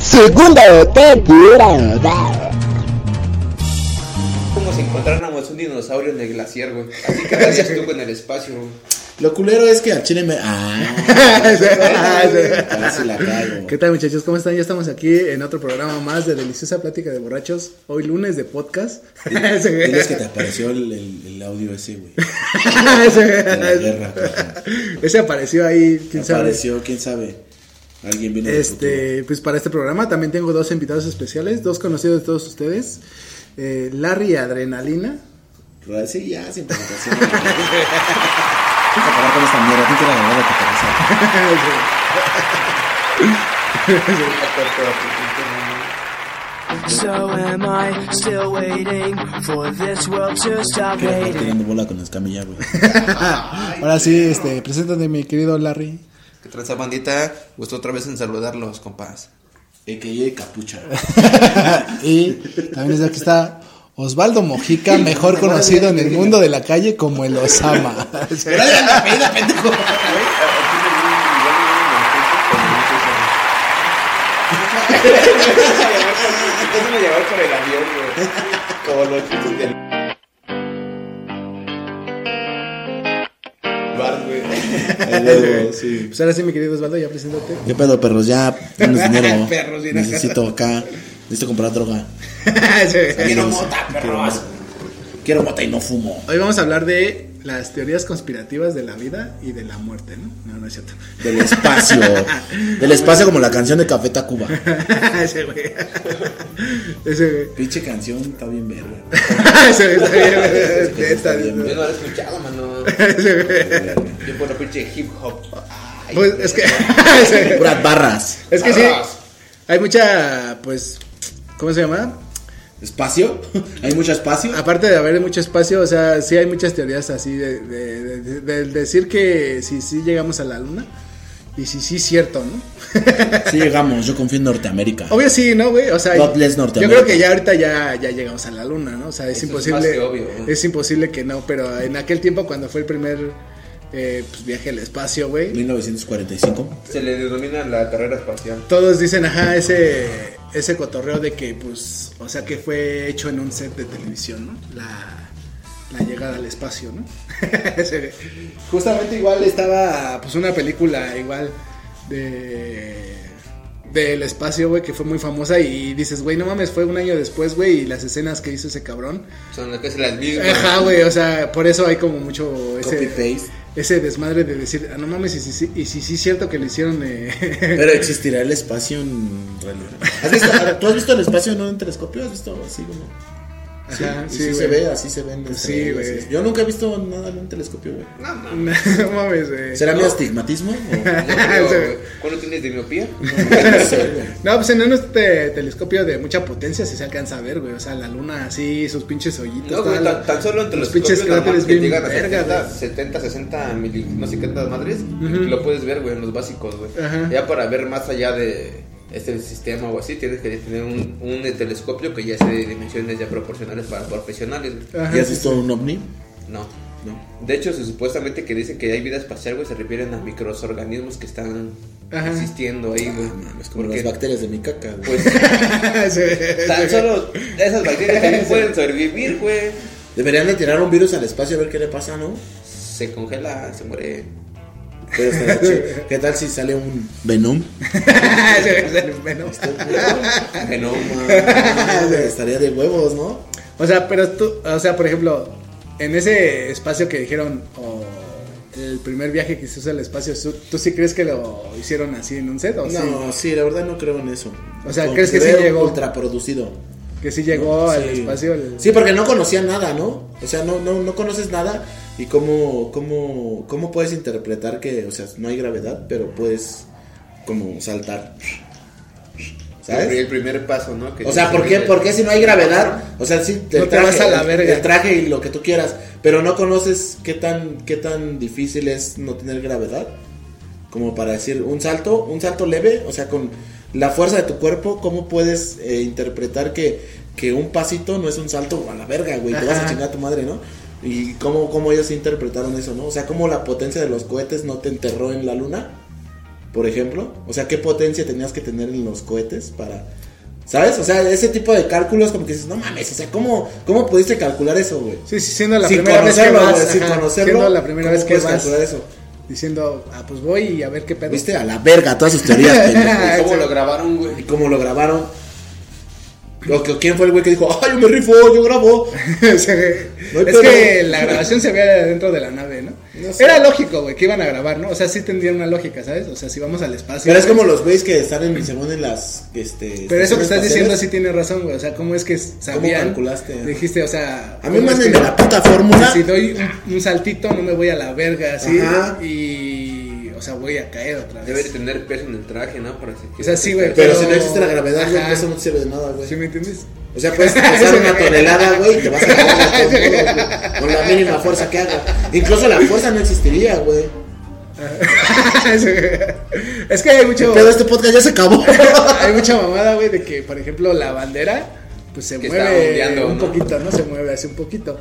Segunda temporada. como si encontráramos un dinosaurio en el glaciar, güey. Así que estarías tú en el espacio, güey. Lo culero es que al chile me. Ah, casi la caigo. ¿Qué tal muchachos? ¿Cómo están? Ya estamos aquí en otro programa más de Deliciosa Plática de Borrachos. Hoy lunes de podcast. Diles que te apareció el, el- el audio ese, güey. De la Ese guerra, cabrón. ese apareció ahí, quién sabe. Apareció, quién sabe. Alguien vino del futuro. Este, pues para este programa también tengo dos invitados especiales, dos conocidos de todos ustedes. Eh, Larry Adrenalina. Ra- Sí, ya, sin presentación. Vamos a acabar con esta mierda. ¿Quién quiere agarrar la cucaracha? So am I still waiting for this world to stop Que le está waiting? tirando bola con escamilla, güey. Ahora sí, este, preséntate mi querido Larry. Que tranza bandita, gusto otra vez en saludarlos, compas. EKE Capucha. Y también desde aquí está Osvaldo Mojica, mejor conocido en el mundo de la calle como el Osama. Déjame llevar por el avión, güey. Como los chicos del bar, güey. sí. Pues ahora sí, mi querido Osvaldo, ya preséntate. ¿Qué pedo, perros? Ya, tenemos dinero. Perros, bien acá. Necesito acá. Necesito comprar droga. Quiero mo- Quiero mota. Quiero mota y no fumo. Hoy vamos a hablar de las teorías conspirativas de la vida y de la muerte, ¿no? No, no es cierto. Del espacio. Del espacio como la canción de Café Tacuba. Ese güey. Ese güey. Pinche canción está bien verga. Ese güey está bien, güey. Yo Neta, neta. no lo he escuchado, mano. Yo por la pinche hip hop. Ay, Ah, Pues es que. ese güey. Puras barras. Es que sí. Hay mucha, pues. ¿Cómo se llama? ¿Espacio? ¿Hay mucho espacio? Aparte de haber mucho espacio, o sea, sí hay muchas teorías así de, de- de- de- del decir que si sí llegamos a la luna y si sí es cierto, ¿no? Sí llegamos, yo confío en Norteamérica. Obvio sí, ¿no, güey? O sea, God bless yo Norteamérica. creo que ya ahorita ya, ya llegamos a la luna, ¿no? O sea, Eso es es imposible. más que obvio, ¿no? Es imposible que no, pero en aquel tiempo cuando fue el primer eh, pues, viaje al espacio, güey, 1945. Se le denomina la carrera espacial. todos dicen, ajá, ese ese cotorreo de que pues, o sea, que fue hecho en un set de televisión, ¿no? La la llegada al espacio, ¿no? Ese- Justamente igual este, estaba pues una película igual de del espacio, güey, que fue muy famosa y dices, güey, no mames, fue un año después, güey, y las escenas que hizo ese cabrón. Son las que se las mismas. Ajá, güey, o sea, por eso hay como mucho Copy ese paste. ese desmadre de decir, ah, no mames, y si sí y si, sí es cierto que lo hicieron eh, Pero existirá el espacio en realidad. ¿Has visto- a ver, ¿Tú has visto el espacio en un telescopio? ¿Has visto así como? Ajá, Y sí, sí güey. se ve, así se ven. Pues estrellas, sí, güey. así. Yo nunca he visto nada en un telescopio, güey. No, no. No mames, güey. ¿Será mi astigmatismo? O- no creo, güey. ¿Cuándo tienes de miopía? No sé, güey. No, pues en un este telescopio de mucha potencia si se alcanza a ver, güey. O sea, la luna así, sus pinches hoyitos. No, güey, toda la- tan, tan solo entre los, pinches propios cráteres normales que bien llegan a verga, 70, 70, 60 mili, no sé qué tantas madres, Ujú. lo puedes ver, güey, en los básicos, güey. Ajá. Ya para ver más allá de este sistema o así, tienes que tener un, un eh, telescopio que ya sea de dimensiones ya proporcionales para profesionales. güey. Ajá, ¿Y has sí, visto un ovni? No. No. De hecho, se- supuestamente que dicen que hay vida espacial, güey, se refieren a microorganismos que están Ajá. existiendo ahí, güey. Es Ah, como Porque, las bacterias de mi caca, güey. Pues sí. tan solo esas bacterias también pueden sobrevivir, güey. Deberían de tirar un virus al espacio a ver qué le pasa, ¿no? Se congela, se muere. Pero estaría chido. ¿Qué tal si sale un Venom? Bueno. Genoma. Ah, estaría de huevos, ¿no? O sea, pero tú, o sea, por ejemplo, en ese espacio que dijeron, o el primer viaje que se usa al espacio, ¿tú, tú sí crees que lo hicieron así en un set? ¿O sí? No, sí, la verdad no creo en eso. O sea, Como ¿crees que se sí ve llegó? Ultraproducido. Que sí llegó ¿no? al Sí. espacio. el- Sí, porque no conocía nada, ¿no? O sea, no, no, no conoces nada y cómo, cómo, cómo puedes interpretar que, o sea, no hay gravedad, pero puedes como saltar. ¿Sabes? El primer paso, ¿no? Que O sea, ¿por qué, ¿por qué si no hay gravedad? O sea, sí, No te vas a la verga. el traje y lo que tú quieras, pero no conoces qué tan, qué tan difícil es no tener gravedad. Como para decir, un salto, un salto leve, o sea, con la fuerza de tu cuerpo, ¿cómo puedes eh, interpretar que, que un pasito no es un salto a la verga, güey? Te vas a Ajá. chingar a tu madre, ¿no? Y cómo, cómo ellos interpretaron eso, ¿no? O sea, cómo la potencia de los cohetes no te enterró en la luna, por ejemplo. O sea, qué potencia tenías que tener en los cohetes para... ¿Sabes? O sea, ese tipo de cálculos como que dices, no mames, o sea, ¿cómo, cómo pudiste calcular eso, güey? Sí, sí, siendo la sin primera vez que conocerlo, vas. güey, sin ajá, conocerlo. siendo la primera ¿cómo vez que puedes vas. calcular eso? Diciendo, ah, pues voy y a ver qué pedo. ¿Viste? A la verga todas sus teorías, pendejo. ¿Y cómo lo grabaron, güey? Y cómo lo grabaron. O que- ¿Quién fue el güey que dijo, ay, yo me rifo, yo grabo? Se- No hay es pedo. que la grabación se veía dentro de la nave, ¿no? No sé. Era lógico, güey, que iban a grabar, ¿no? O sea, sí tendrían una lógica, ¿sabes? O sea, si vamos al espacio. Pero es güey, como los güeyes que están en, según en las, este... Pero eso que estás estaciones diciendo sí espaciales. tiene razón, güey. O sea, ¿cómo es que sabían? calculaste? Dijiste, o sea. A mí ¿cómo es mándenme que- la puta fórmula. Si doy un, un saltito, no me voy a la verga así. Ajá. Y. O sea, voy a caer otra Debe de vez. tener peso en el traje, ¿no? Para que- O sea, sí, güey. Pero, si pero- no existe la gravedad, güey, Ajá. eso no te sirve de nada, güey. ¿Sí me entiendes? O sea, puedes pesar una tonelada, güey, y te vas a caer de todo modo, güey, con la mínima fuerza que haga. Incluso la fuerza no existiría, güey. es que hay mucho. Pero este podcast ya se acabó. hay mucha mamada, güey, de que, por ejemplo, la bandera, pues se Que mueve está ondeando, un ¿no? poquito, ¿no? Se mueve así un poquito.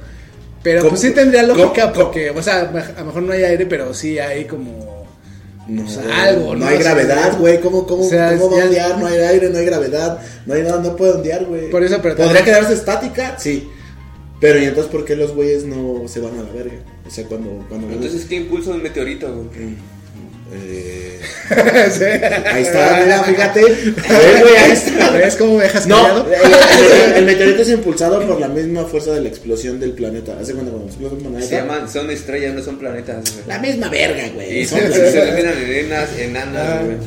Pero ¿Cómo- pues sí tendría cómo- lógica cómo- porque, o sea, a lo mejor no hay aire, pero sí hay como... No, sea, algo, no, ¿no? hay O sea, gravedad, güey. ¿Cómo, cómo, o sea, cómo va ya- a ondear? No hay aire, no hay gravedad. No hay nada, no puede ondear, güey. Por eso, pero ¿Podría también- quedarse estática? Sí. Pero ¿y entonces por qué los güeyes no se van a la verga? O sea, cuando. cuando Entonces, ¿qué impulsa un meteorito, güey? Eh, Sí. ahí está, mira, fíjate. Ve, güey, ahí está. ¿Ves cómo me dejas No, callado? el, el meteorito es impulsado por la misma fuerza de la explosión del planeta. Hace cuando cuando explota un planeta. Se llaman, son estrellas, no son planetas, güey. La misma verga, güey. Y se, se, se denominan enanas, Ah. enanas, güey.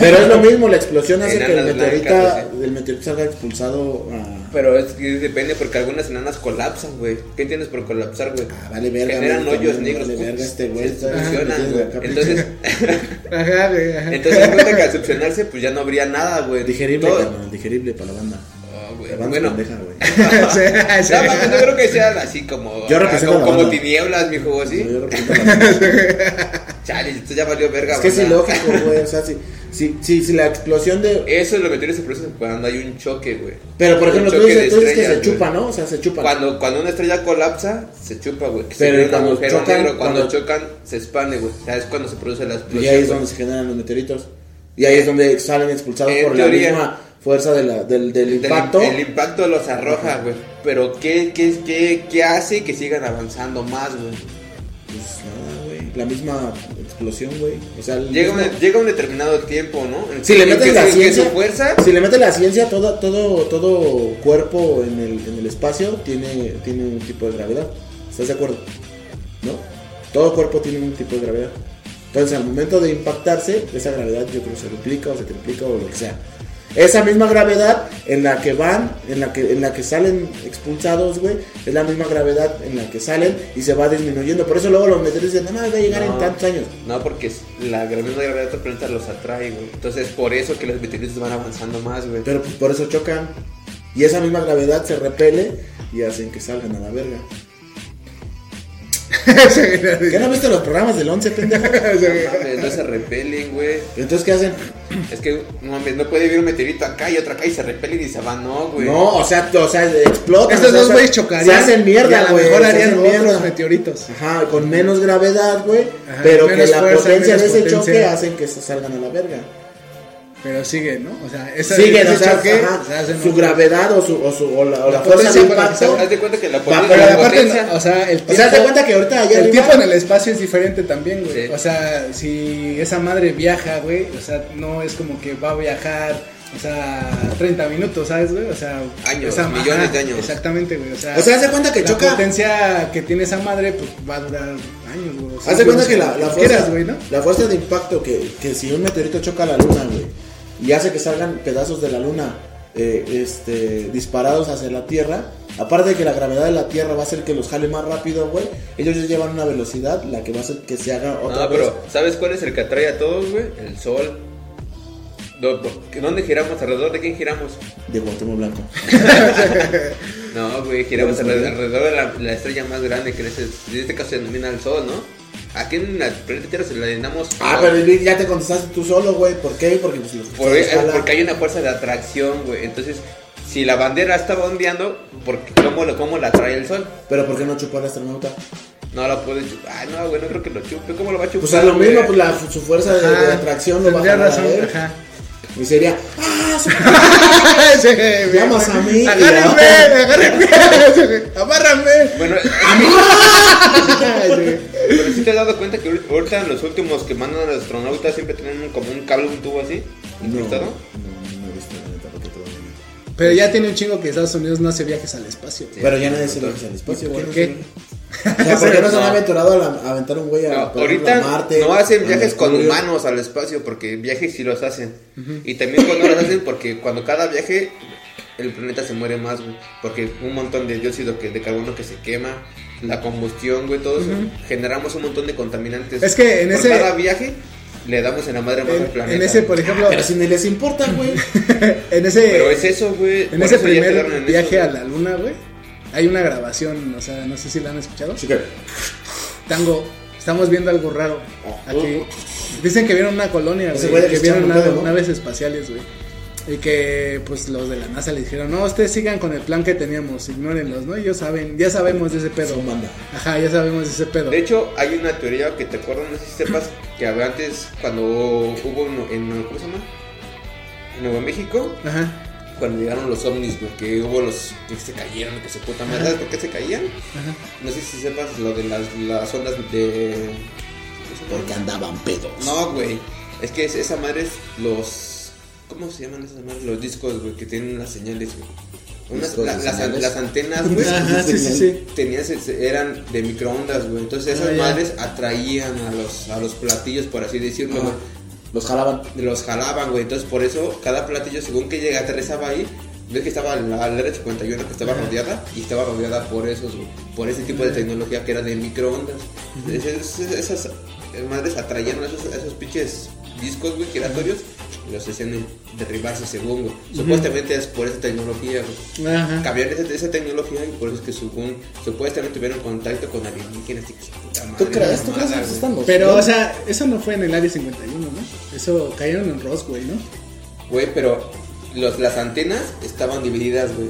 Pero es lo mismo, la explosión hace Enanas que el meteorita, blancas, el meteorito salga expulsado a. Pero es que depende porque algunas enanas colapsan, güey. ¿Qué entiendes por colapsar, güey? Ah, vale verga. Generan güey, hoyos también negros. pues, Vale verga este güey. Se está- succionan, metiendo güey. acá, pinche- Entonces, Ajá, güey, ajá. entonces cuenta que al succionarse, pues ya no habría nada, güey. Digerible, Todo- carnal, digerible para la banda. Ah, güey, La banda es bueno, Ah, pendeja, güey. Sí, sí. No, mames, no creo que sean así como. ah, Yo represento como, la como banda. tinieblas, mijo, así. Yo represento la banda. Chale, esto ya valió verga, Es que es banda. ilógico, güey. O sea, si, si, si, si la explosión de. Eso es lo que tiene ese proceso cuando hay un choque, güey. Pero por Un ejemplo, tú choque de dices, tú dices que se estrellas, chupa, güey. ¿no? O sea, se chupa. Cuando, cuando una estrella colapsa, se chupa, güey. Que se Pero crea un cuando agujero chocan, negro. Cuando, cuando- chocan, se expande, güey. O sea, es cuando se produce la explosión. Y ahí es güey. donde se generan los meteoritos. Y ahí es donde salen expulsados En por teoría. la misma fuerza de la, del, del Del- impacto. El, impacto los arroja, güey. Pero ¿qué, qué, qué, ¿qué hace que sigan avanzando más, güey? Pues nada, güey. La misma explosión, güey. O sea, el Llega, un- mismo- llega un determinado tiempo, ¿no? En- Si le en metes que la su- en que ciencia, su fuerza si le metes la ciencia, todo, todo, todo cuerpo en el, en el espacio tiene, tiene un tipo de gravedad. ¿Estás de acuerdo? ¿No? Todo cuerpo tiene un tipo de gravedad. Entonces, al momento de impactarse, esa gravedad yo creo que se duplica o se triplica o lo que sea. Esa misma gravedad en la que van, en la que, en la que salen expulsados, güey, es la misma gravedad en la que salen y se va disminuyendo. Por eso luego los meteoritos dicen, no, no, va a llegar No. en tantos años. No, porque es- la gran misma gravedad de otro planeta los atrae, güey. Entonces, por eso que los meteoritos van avanzando más, güey. Pero pues, por eso chocan. Y esa misma gravedad se repele y hacen que salgan a la verga. ¿Qué no viste los programas del 11, pendejo? No mames, no se repelen, güey. Entonces, ¿qué hacen? Es que, no mames, no puede vivir un meteorito acá y otro acá y se repelen y se van, no, güey. No, o sea, o sea explotan. Estos o sea, dos se- güeyes chocarían. Se hacen y a mierda, lo güey. mejor se harían hacen otros mierda. meteoritos. Ajá, con menos gravedad, güey. Ajá, Pero que menos la fuerza, potencia de menos ese choque potencia. hacen que se salgan a la verga. Pero sigue, ¿no? O sea, esa Siguen, ese o sea, choque, ajá, se hacen su otros. gravedad o, su, o, su, o la, o la La fuerza de potencia para que impacto. Haz de cuenta que la, Va, potencia- pero Pero la aparte, potencia- no, o sea, el O sea, haz de cuenta que ahorita allá el arriba- tiempo en el espacio es diferente también, güey. Sí. O sea, si esa madre viaja, güey, o sea, no es como que va a viajar, o sea, 30 minutos, ¿sabes, güey? O sea, Años, esa- millones de años. Exactamente, güey. O sea, O sea, haz de cuenta que la choca. potencia que tiene esa madre, pues va a durar años, güey. O sea, Haz de cuenta pues, que la, la quieras, fuerza, güey, ¿no? la fuerza de impacto que, que si un meteorito choca la luna, güey, y hace que salgan pedazos de la luna eh, este, disparados hacia la Tierra, aparte de que la gravedad de la Tierra va a hacer que los jale más rápido, güey, ellos ya llevan una velocidad la Ah, que va a hacer que se haga otra No, vez. pero ¿sabes cuál es el que atrae a todos, güey? El sol. Do- por- ¿Dónde giramos? ¿Alrededor de quién giramos? de Guatemala Blanco. No, güey, giramos ¿De la alrededor, estrella? alrededor de la, la estrella más grande que en, ese- en este caso se denomina el Sol, ¿no? Aquí en la planeta Tierra se la denominamos Ah, Sol. pero Luis, ya te contestaste tú solo, güey. ¿Por qué? Porque pues, los que Por- eh, se jala- porque hay una fuerza de atracción, güey. Entonces, si la bandera estaba ondeando, porque ¿cómo, lo- ¿cómo la trae el sol? Pero ¿por qué no chupó al astronauta? No la puede chupar. Ah, no, güey, no creo que lo chupe. ¿Cómo lo va a chupar? Pues es lo güey? mismo, pues la, su fuerza de, de Ajá, atracción lo ¿eh? va a Ah, tendría jalar a razón, él. ajá. Y sería, ah, su Ese, güey. llamas a mí. y- Agárrenme, agárrenme. Ese, güey. Amárrame. Bueno, pero si te has dado cuenta que ahor- ahorita los últimos que mandan a los astronautas siempre tienen un- como un cable, un tubo así, No, no, incrustado. no he visto la neta porque todavía no. Pero ya tiene un chingo que Estados Unidos no hace viajes al espacio. güey. Pero ya nadie se lo dice al espacio. ¿quién ¿Y por no qué? se lo- O sea, ¿por qué no se han No. aventurado a, la- a aventar un güey a, No, por ejemplo, ahorita a Marte? no hacen a viajes con Mercurio? humanos al espacio porque viajes sí los hacen. Y también cuando los hacen porque cuando cada viaje el planeta se muere más, güey, porque un montón de dióxido que de carbono que se quema, la combustión, güey, todo eso, generamos un montón de contaminantes. Es que en Por ese- cada viaje le damos en la madre más al En, planeta. en ese, por ejemplo, Pero si ni les importa, güey. en Pero ese, es eso, güey. en por ese eso ya primer quedaron en eso, viaje güey. a la luna, güey, hay una grabación, o sea, no sé si la han escuchado. Así que, Tango, estamos viendo algo raro aquí. Dicen que vieron una colonia, Ese güey, güey que les echaron vieron un nave- pedo, ¿no? naves espaciales, güey. Y que pues los de la NASA les dijeron, no, ustedes sigan con el plan que teníamos, ignórenlos, ¿no? Ellos saben, ya sabemos de ese pedo. Son banda. Ajá, ya sabemos de ese pedo. De hecho, hay una teoría que te acuerdas, no sé si sepas, que había antes cuando hubo en, en- ¿cómo se llama? En Nuevo México, Ajá, cuando llegaron los ovnis, güey, que hubo los que se cayeron, que se puta madre, ¿sabes por qué se caían? ajá. No sé si sepas lo de las, las ondas de... ¿cómo se Porque llama? andaban pedos. No, güey, es que es- esa madre es los... ¿Cómo se llaman esas madres? Los discos, güey, que tienen las señales, güey. Unas- Discos de la- las, señales. las antenas, güey, Ajá, sí, sí, sí. tenían, eran de microondas, güey. Entonces esas Ah, ya. madres atraían a los, a los platillos, por así decirlo, güey. Los jalaban. Los jalaban, güey. Entonces por eso cada platillo, según que llega, aterrizaba ahí. Ves que estaba la la área 51 que estaba rodeada y estaba rodeada por esos, güey, por ese tipo de tecnología que era de microondas. Esas, esas- esas madres atraían a esos, a esos pinches discos, güey, giratorios y los hacían derribarse según, güey. Supuestamente es por esa tecnología, güey Ajá. cambiaron esa, esa tecnología y por eso es que según, supuestamente tuvieron contacto con alienígenas y que su puta madre, ¿Tú crees? ¿Tú mamada, crees que güey. estamos? Pero, o sea, eso no fue en el área 51, ¿no? Eso cayeron en Roswell, ¿no? Güey, pero los, las antenas estaban divididas, güey.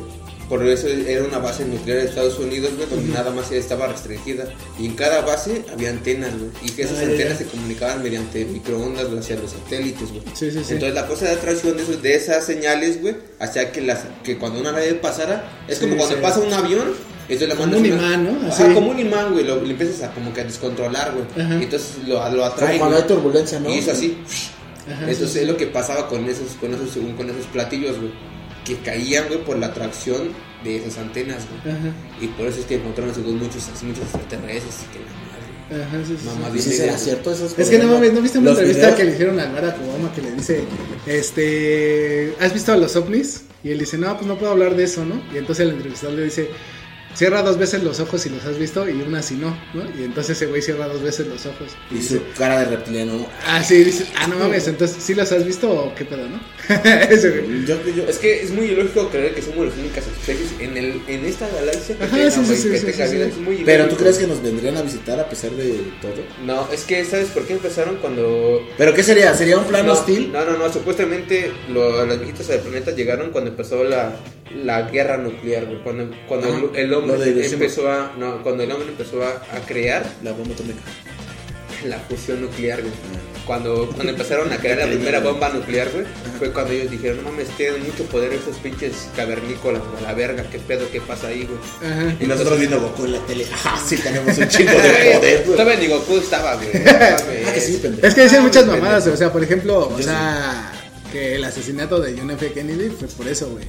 Por eso era una base nuclear de Estados Unidos, güey, donde nada más estaba restringida. Y en cada base había antenas, güey. Y que esas Ah, ya, antenas ya. se comunicaban mediante microondas güey, hacia los satélites, güey. Sí, sí, sí. Entonces la cosa de atracción de, esos- de esas señales, güey, hacía que, las, que cuando una nave pasara, es como Sí, cuando sí. pasa un avión, entonces le Como mandas un una- imán, ¿no? Ajá, Así. como un imán, güey, lo, lo empiezas a como que a descontrolar, güey. Ajá. Y entonces lo, lo atrae. Como cuando güey. hay turbulencia, ¿no? Y hizo así. Ajá, Entonces sí, es lo que pasaba con esos, con esos, según con esos platillos, güey. Que caían, güey, por la atracción de esas antenas, sí. güey. Ajá, Y por eso es que encontraron, según muchos, así, muchos extraterrestres. Y que la madre. ajá, sí, sí, sí. Mamá, ¿Y si dice, será güey. cierto? Eso Es que no mames, ¿no viste una Los entrevista videos- que le hicieron a Barack Obama que le dice, este, ¿has visto a los ovnis? Y él dice, no, pues no puedo hablar de eso, ¿no? Y entonces el entrevistador le dice, cierra dos veces los ojos si los has visto y una si no, ¿no? Y entonces ese güey cierra dos veces los ojos. Y su cara de reptiliano. Ah, sí, dice, ah, no mames, entonces, ¿sí los has visto o qué pedo, no? Ese güey. Yo, yo, Es que es muy ilógico creer que somos las únicas especies en, el, en esta galaxia que Ajá, tenga, sí, sí, güey, sí, que sí, tenga sí, vida. sí. Es muy Pero tú ilógico. crees que nos vendrían a visitar a pesar de todo. No, es que ¿sabes por qué empezaron cuando ¿Pero qué sería? ¿Sería un plano no, hostil? No, no, no, supuestamente lo- las viejitas del planeta llegaron cuando empezó la, la guerra nuclear, güey, Cuando, cuando Ah, el, el hombre lo de Hiroshima. empezó a. No, cuando el hombre empezó a, a crear La bomba atómica. la fusión nuclear, güey. Ah. Cuando, cuando empezaron a crear la primera bomba nuclear, güey, fue cuando ellos dijeron, no mames, tienen mucho poder esos pinches cavernícolas, a la verga, qué pedo, qué pasa ahí, güey. Ajá. Y nosotros viendo Goku en la tele. ¡Ajá! Ah, Sí, tenemos un chingo de Güey, poder. güey. Todavía ni Goku estaba, güey. no mames. Ah, que sí, pendejo. Es que dicen muchas mamadas, o sea, por ejemplo, o sea, que el asesinato de John F. Kennedy fue por eso, güey.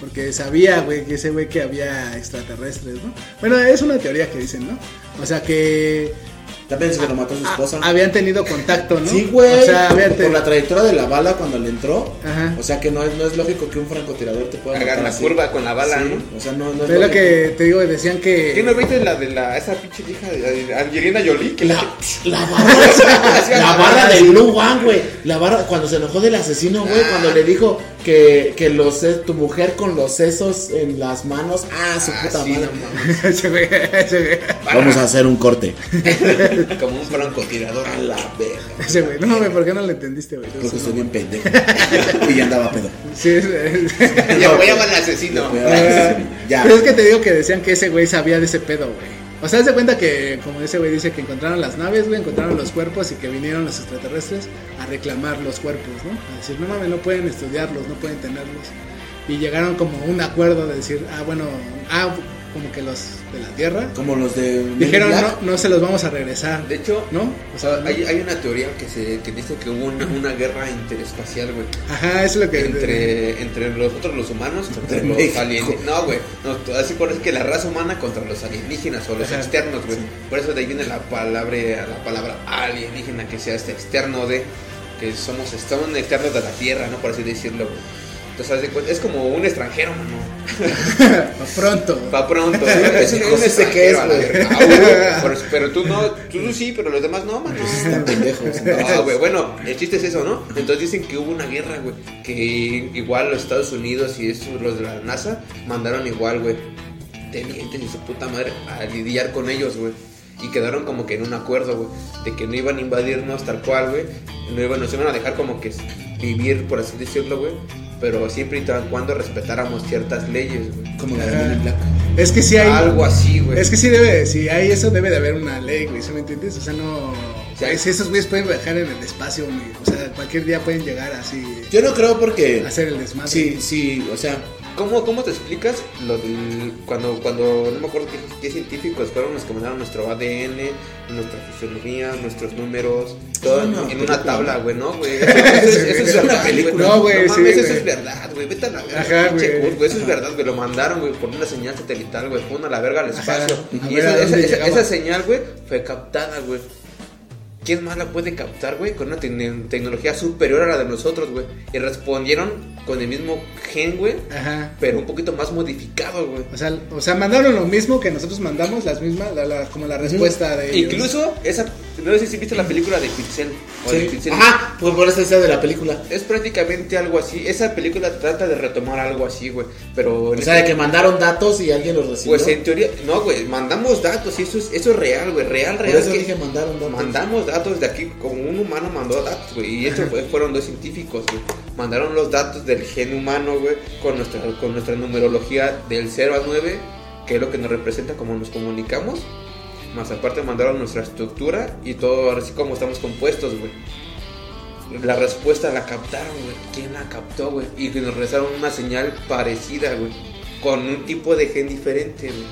Porque sabía, güey, que ese güey que había extraterrestres, ¿no? Bueno, es una teoría que dicen, ¿no? O sea, que También se que lo mató su Ah, esposa. habían tenido contacto, ¿no? Sí, güey. O sea, habían por tenido. la trayectoria de la bala cuando le entró. Ajá. O sea que no es, no es lógico que un francotirador te pueda Cargar matar la así. curva con la bala, ¿no? O sea, no, no es Es lo lógico. que te digo, decían que. ¿Qué no viste la de la, esa pinche vieja de Angelina Jolie? Que la, La barra, Hacía la la barra barra de así. Blue One, güey. La barra, cuando se enojó del asesino, güey. Cuando le dijo que, que los, ses- tu mujer con los sesos en las manos. Ah, su Ah, puta sí, madre. no mames. Ese güey, ese güey. Vamos a hacer un corte. Como un francotirador a la verga. Ese güey. No, güey, ¿por qué no lo entendiste, güey? Porque estoy bien pendejo. y ya andaba pedo. Sí, es- es- Y apoyaba al asesino. Ya. Pero es que te digo que decían que ese güey sabía de ese pedo, güey. O sea, haz de cuenta que, como ese güey dice, que encontraron las naves, güey, encontraron los cuerpos y que vinieron los extraterrestres a reclamar los cuerpos, ¿no? A decir, no mames, no pueden estudiarlos, no pueden tenerlos. Y llegaron como a un acuerdo de decir, ah, bueno, ah, como que los de la Tierra. Como los de. Men in Dijeron, Black. no, no se los vamos a regresar, De hecho, ¿no? o sea, hay, hay una teoría que se que dice que hubo una, una guerra interespacial, güey. Ajá, eso es lo que... Entre, entre nosotros los humanos contra Entre los México. alienígenas. No, güey. No, t- así por eso que la raza humana contra los alienígenas o los Ajá. externos, güey. Por eso de ahí viene la palabra, la palabra alienígena, que sea este externo de. Que somos, estamos externos de la tierra, ¿no? Por así decirlo, güey. Entonces, haz de cuenta, es como un extranjero, mano. Pronto. Va pronto. Ese no sé qué es, güey. Ah, Pero, pero tú no, tú sí, pero los demás no, man. Están pendejos. Ah, güey, bueno, el chiste es eso, ¿no? Entonces dicen que hubo una guerra, güey. Que igual los Estados Unidos y estos, los de la NASA mandaron igual, güey, tenientes y su puta madre a lidiar con ellos, güey. Y quedaron como que en un acuerdo, güey, de que no iban a invadirnos tal cual, güey. No iban, nos iban a dejar como que vivir, por así decirlo, güey. Pero siempre y tan cuando respetáramos ciertas leyes, güey. Como la de Men in Black. Es que si hay... Algo así, güey. Es que sí debe, si hay eso debe de haber una ley, güey, ¿sí me entiendes? O sea, no... sea, si esos güeyes pueden viajar en el espacio, güey, o sea, cualquier día pueden llegar así, Yo no creo porque. a hacer el desmadre. Sí, sí, o sea. ¿Cómo, ¿Cómo te explicas lo del- cuando, cuando no me acuerdo qué, qué científicos fueron los que mandaron nuestro ADN, nuestra fisionomía, nuestros números, todo Es en- una en película. una tabla, güey, ¿no, güey? Eso, eso es- eso es verdad, película. No, No, güey, güey, no sí, mames, eso güey. es verdad, güey, vete a la verga, Ajá, pinche güey. culo, güey, eso es verdad, güey, lo mandaron, güey, por una señal satelital, güey, fue una la verga al espacio. a y ver a esa, esa, dónde esa- llegaba. esa señal, güey, fue captada, güey. ¿Quién más la puede captar, güey? Con una tecne- tecnología superior a la de nosotros, güey. Y respondieron con el mismo gen, güey Ajá. pero un poquito más modificado, güey. O sea, o sea, mandaron lo mismo que nosotros mandamos, las mismas, la- la- como la respuesta Pues, de ellos. Incluso esa, no sé si viste la película de Pixel o de Sí. Pixel. Ajá, pues por esa escena de la película. Es prácticamente algo así. Esa película trata de retomar algo así, güey. Pero este, O sea, de que mandaron datos y alguien los recibió. pues en teoría, no, güey, mandamos datos y eso es, eso es real, güey, real, Por pues real. eso que dije mandaron datos. mandamos datos de aquí, como un humano mandó datos, güey, y esto fue- fueron dos científicos, güey. Mandaron los datos del gen humano, güey, con nuestra, con nuestra numerología del 0 al 9, que es lo que nos representa como nos comunicamos. Más aparte mandaron nuestra estructura y todo así como estamos compuestos, güey. La respuesta la captaron, güey. ¿Quién la captó, güey? Y que nos regresaron una señal parecida, güey. Con un tipo de gen diferente, güey.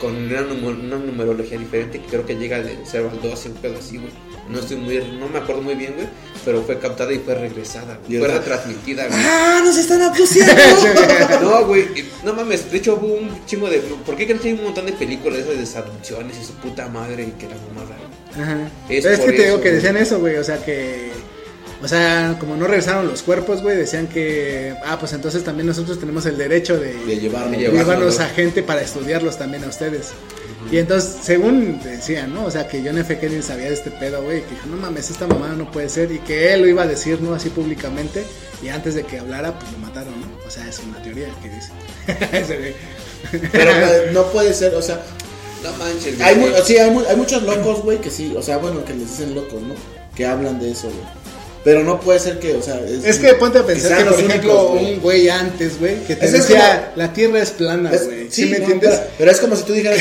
Con una, numer- una numerología diferente que creo que llega del 0 al 12, un pedo así, güey. No estoy muy, no me acuerdo muy bien, güey. Pero fue captada y fue regresada, güey. ¿Y Fue ahorita? retransmitida, güey. ¡Ah! ¡Nos están abduciendo! No, güey, eh, no mames, de hecho hubo un chingo de... ¿Por qué crees que hay un montón de películas de esas de seducciones y su puta madre y que la mamada? güey? Ajá. Es Pero Es, por que te digo eso, que güey. decían eso, güey. O sea que. O sea, como no regresaron los cuerpos, güey, decían que. Ah, pues entonces también nosotros tenemos el derecho de. De llevarme. De llevar- llevarlos llevárnoslo. a gente para estudiarlos también a ustedes. Y entonces, según decían, ¿no? O sea, que John F. Kennedy sabía de este pedo, güey, que dijo, no mames, esta mamada no puede ser, y que él lo iba a decir, ¿no? Así públicamente, y antes de que hablara, pues lo mataron, ¿no? O sea, es una teoría que dice. Ese güey. Pero eh, no puede ser, o sea, No Pues manches, hay, mu- güey. sí, hay, mu- hay muchos locos, güey, que sí, o sea, bueno, que les dicen locos, ¿no? Que hablan de eso, güey. Pero no puede ser que, o sea, Es que ponte a pensar sean que, por Pues los ejemplo, únicos, güey. un güey antes, güey, que te Ese es decía, la tierra es plana, Es- güey. ¿Sí, sí, me no, entiendes? Pero, pero es como si tú dijeras,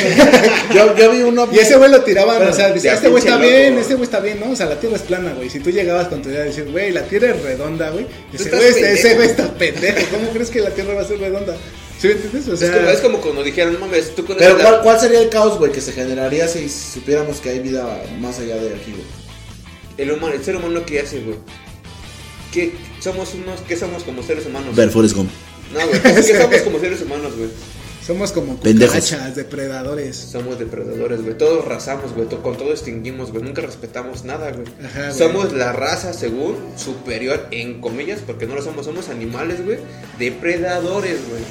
yo, yo vi uno Y ese güey lo tiraban, Pero, o sea, dice, de a este güey pinche está loco, bien, güey. este güey está bien, ¿no? O sea, la tierra es plana, güey. Si tú llegabas con tu idea de decir, güey, la tierra es redonda, güey. Ese estás güey está- pendejo. ese güey está pendejo. ¿Cómo crees que la tierra va a ser redonda? ¿Sí me entiendes? O Es como, sea, es como cuando dijeron, no mames, tú conoces Pero la- ¿cuál, cuál sería el caos, güey, que se generaría si supiéramos que hay vida más allá de aquí, güey? el, humano, el ser humano que hace, güey. Que somos unos, que somos como seres humanos. Ver Forrest Gump. No, güey, ¿qué somos como seres humanos, güey? Somos como Pendejos. cucarachas, depredadores. Somos depredadores, güey. Todos razamos, güey. to- Con todo extinguimos, güey. Nunca respetamos nada, güey. Ajá, güey. Somos la raza, según, superior, en comillas, porque no lo somos. Somos animales, güey. Depredadores, güey.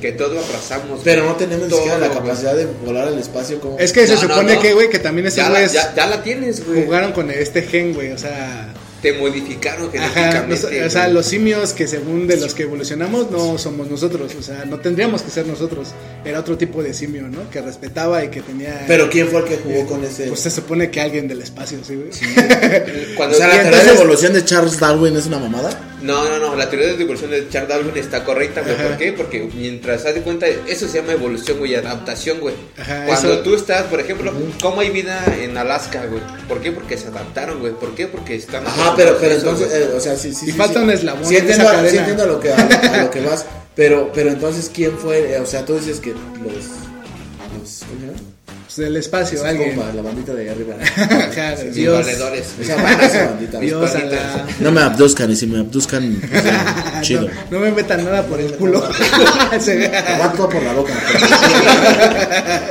Que todo arrasamos. Pero güey. no tenemos ni Todo, siquiera la güey. capacidad de volar al espacio como. Es que se No, no, supone no. que, güey, que también esos Ya la, güeyes ya, ya la tienes, güey. jugaron con este gen, güey. O sea, Te modificaron ajá, genéticamente. los- o sea, güey. los simios que según de los que evolucionamos no somos nosotros. O sea, no tendríamos que ser nosotros. Era otro tipo de simio, ¿no? Que respetaba y que tenía... Pero ¿quién fue el que jugó con ese? Pues se supone que alguien del espacio, sí, güey. Pues, o Cuando sea, la y teoría entonces- de evolución de Charles Darwin es una mamada. No, no, no, la teoría de evolución de Charles Darwin está correcta, güey. Ajá. ¿Por qué? Porque mientras haz de cuenta, eso se llama evolución, güey, adaptación, güey. Ajá, Cuando eso- tú estás, por ejemplo, ¿cómo hay vida en Alaska, güey? ¿Por qué? Porque se adaptaron, güey. ¿Por qué? Porque están. Ajá, pero, pero Eso, entonces, güey. eh, o sea, sí, sí. Y sí, falta sí. un eslabón Sí en esa entiendo, sí cadena. entiendo a lo que, a lo- a lo que vas. Pero, pero entonces, ¿quién fue? Eh, o sea, tú dices que los. los ¿Cómo se llama? Pues del espacio, Sus alguien. compas, la bandita de arriba. Ajá, Mis Dios. valedores. Esa banda, esa bandita. Dios a Hispanitas. la... No me abduzcan, y si me abduzcan, o sea, chido. No, no me metan nada por el culo. Se- Aguanto por la boca.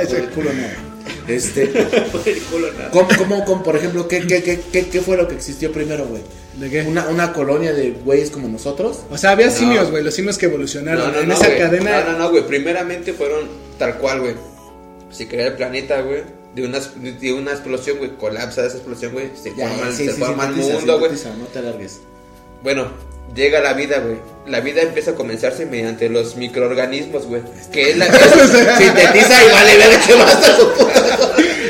por el culo no. Este. ¿Cómo, cómo, cómo, por ejemplo, qué, qué, qué, qué, qué fue lo que existió primero, güey? ¿De qué? Una, una colonia de güeyes como nosotros. O sea, había No. simios, güey, los simios que evolucionaron. No, no, en no, esa güey. cadena. No, no, no, güey. Primeramente fueron tal cual, güey. Se crea el planeta, güey. De una, de una explosión, güey. Colapsa esa explosión, güey. Se Ya, forma, sí, se sí, forma el sintetiza, mundo, güey. sintetiza, No te alargues. Bueno, llega la vida, güey. La vida empieza a comenzarse mediante los microorganismos, güey. Que es la sintetiza y vale ver qué pasa.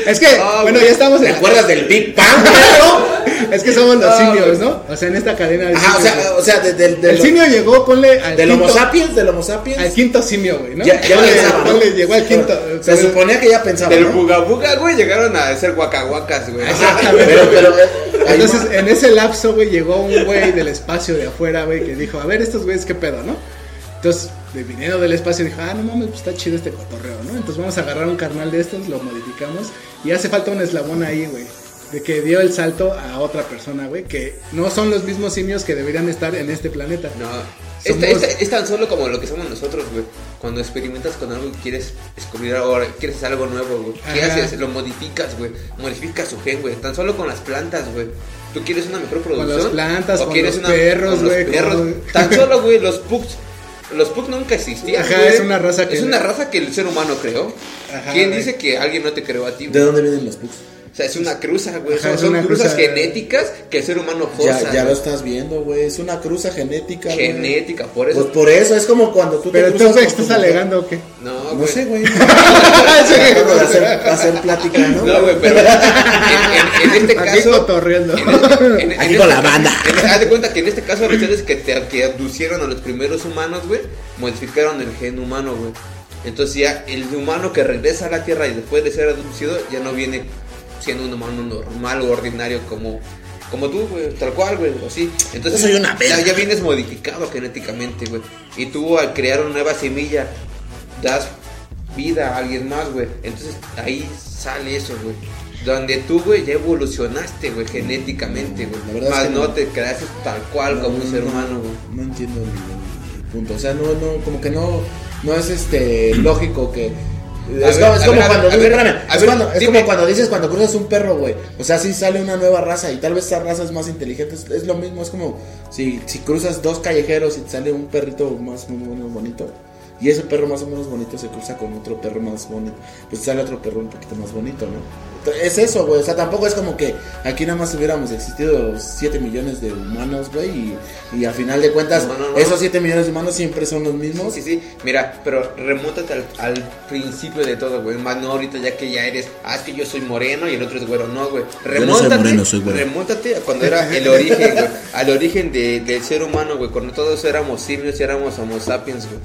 Es que, Ah, bueno, güey. ya estamos ¿Te en. acuerdas del Big Bang, güey, Es que somos los Ah, simios, güey. ¿no? O sea, en esta cadena. de no? Ajá, o simios, sea, güey. o sea, de- del- el del- simio llegó, ponle al. del Homo quinto- sapiens, del Homo Al sapiens. quinto simio, güey, ¿no? Ya, ya Ponle- pensaba, ¿no? ponle, llegó al quinto. Se suponía que ya pensaba. Del ¿no? bugabuga, güey, llegaron a ser guacaguacas, güey. Exactamente. Pero, pero. eh, ahí Entonces, en ese lapso, güey, llegó un güey del espacio de afuera, güey, que dijo, a ver, estos güeyes, ¿qué pedo, no? Entonces, de viniendo del espacio, dijo, ah, no mames, pues está chido este cotorreo, ¿no? Entonces vamos a agarrar un carnal de estos, lo modificamos, y hace falta un eslabón ahí, güey. De que dio el salto a otra persona, güey, que no son los mismos simios que deberían estar en este planeta. No. Es, Somos- es- es tan solo como lo que somos nosotros, güey. Cuando experimentas con algo y quieres descubrir algo, quieres hacer algo nuevo, güey. ¿Qué Ajá. haces? Lo modificas, güey. Modificas su gen, güey. Tan solo con las plantas, güey. Tú quieres una mejor producción. las plantas, o con quieres los una- perros, con los güey, con- perros. Tan solo, güey, los pugs. Los pugs nunca existían. Ajá, güey. es una raza que- Es una raza que el ser humano creó. Ajá, ¿Quién güey. dice que alguien no te creó a ti, ¿De güey? dónde vienen los pugs? O sea, es una cruza, güey. Ajá, Son, es son una cruzas cruza. genéticas que el ser humano forza. Ya, ya lo güey. estás viendo, güey. Es una cruza genética. güey. Genética, por eso. Pues por eso, es como cuando tú Pero tú, cruzas güey, con estás tu- alegando que... no, No güey. sé, güey. Acabo de hacer, hacer plática, ¿no? No, güey, pero en, en- en este Aquí caso. cotorreando. en- en Aquí este- con la banda. en- haz de cuenta que en este caso, los seres que, te, que abducieron a los primeros humanos, güey, modificaron el gen humano, güey. Entonces, ya el humano que regresa a la Tierra y después de ser abducido, ya no viene siendo un humano normal o ordinario como. Como tú, güey, tal cual, güey, así. Entonces, Yo soy una ya, verga. ya vienes modificado genéticamente, güey. Y tú al crear una nueva semilla, das vida a alguien más, güey. Entonces ahí sale eso, güey. Donde tú, güey, ya evolucionaste, güey, genéticamente, güey. la verdad Más es que no no. te creaste tal cual como un ser no, humano, güey. No entiendo el, el punto. O sea, no, no, como que no, no es este lógico que. A Es ver, como, es a como ver, a cuando, ver, espérame, a es ver, cuando- es dime. como cuando dices cuando cruzas un perro, güey. O sea, sí sale una nueva raza y tal vez esa raza es más inteligente. Es, es lo mismo, es como si, si cruzas dos callejeros y te sale un perrito más o menos bonito. Y ese perro más o menos bonito se cruza con otro perro más bonito. Pues sale otro perro un poquito más bonito, ¿no? Ent- Es eso, güey. O sea, tampoco es como que aquí nada más hubiéramos existido 7 millones de humanos, güey. Y, y a final de cuentas, No, no, no. esos 7 millones de humanos siempre son los mismos. Sí, sí, mira, pero remóntate al, al principio de todo, güey. Más no ahorita ya que ya eres, ah, es que yo soy moreno y el otro es güero, no, güey. Yo no soy Remóntate, moreno, soy güero. remóntate a cuando era el origen, güey. Al origen de- del ser humano, güey. Cuando todos éramos simios y éramos homo sapiens, güey.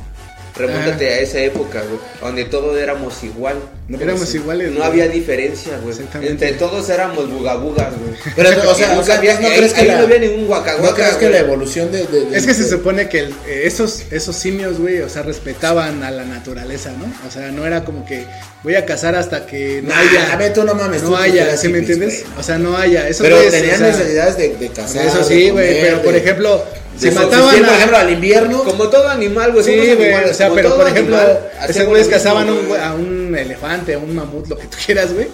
Remóntate a esa época, güey. Donde todos éramos igual. Ah. No, Éramos iguales. No güey. había diferencia, güey. Exactamente. Entre todos éramos bugabugas, güey. Pero, o sea, Nunca o sea, había- ¿no ahí- crees que ahí la- no había ningún guacahuaca, ¿No crees que güey? la evolución de. de- de- Es que se de- supone que el- eh, esos, esos simios, güey, o sea, respetaban a la naturaleza, ¿no? O sea, no era como que voy a cazar hasta que no Nah, haya. a ver, tú no mames, tú No te haya, creas ¿sí me hippies, entiendes? güey. O sea, no haya. Esos Pero güeyes, tenían o sea, necesidades de, de cazar. Eso de sí, güey, comer, pero por de- ejemplo, Se de mataban subsistir, a- por ejemplo, al invierno. Como todo animal, güey. Sí, somos güey, animales, o sea, como pero todo por ejemplo, animal, esos hacemos güeyes lo mismo, cazaban a un güey. güey- a un elefante, a un mamut, lo que tú quieras, güey,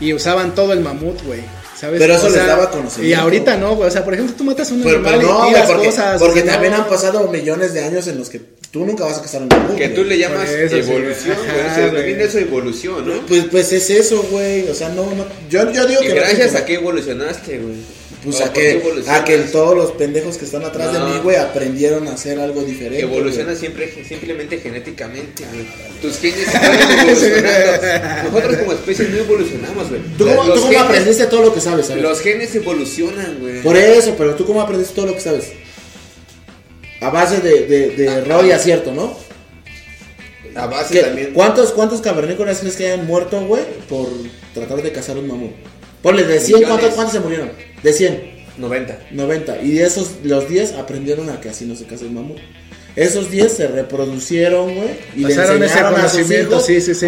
y usaban todo el mamut, güey. ¿Sabes? Pero eso les daba conocimiento. Y ahorita no, güey. O sea, por ejemplo, tú matas a un Pero, animal pero no, y güey, tiras porque, cosas. porque o sea, también no. han pasado millones de años en los que tú nunca vas a cazar un mamut. Que güey. tú le llamas Por eso, sí, evolución, güey. güey. Ajá, Se güey. denomina eso evolución, ¿no? Pues, pues es eso, güey. O sea, no, no. Yo, yo digo Y que. gracias no, a que evolucionaste, güey. Pues O a por qué que, evolucionas. a que todos los pendejos que están atrás No. de mí, güey, aprendieron a hacer algo diferente. Evoluciona siempre, simplemente genéticamente, güey. Tus genes están evolucionando. Nosotros como especie no evolucionamos, güey. güey. ¿Tú, cómo, Los tú cómo genes- aprendiste todo lo que sabes? ¿sabes? Los genes evolucionan, güey. Por e- eso, pero tú cómo aprendiste todo lo que sabes. A base de, de, de Ah, error y acierto, ¿no? A base ¿Qué- también. ¿Cuántos, ¿Cuántos cavernícolas crees que hayan muerto, güey, por tratar de cazar un mamut? Ponle, de 100, ¿cuántos, Millones. ¿cuántos se murieron? De 100, 90. 90. Y de esos, los 10 aprendieron a que así no se caza un mamut. Esos 10 se reproducieron, güey, y le Pasaron ese enseñaron a sus conocimiento, hijos. sí, sí, sí.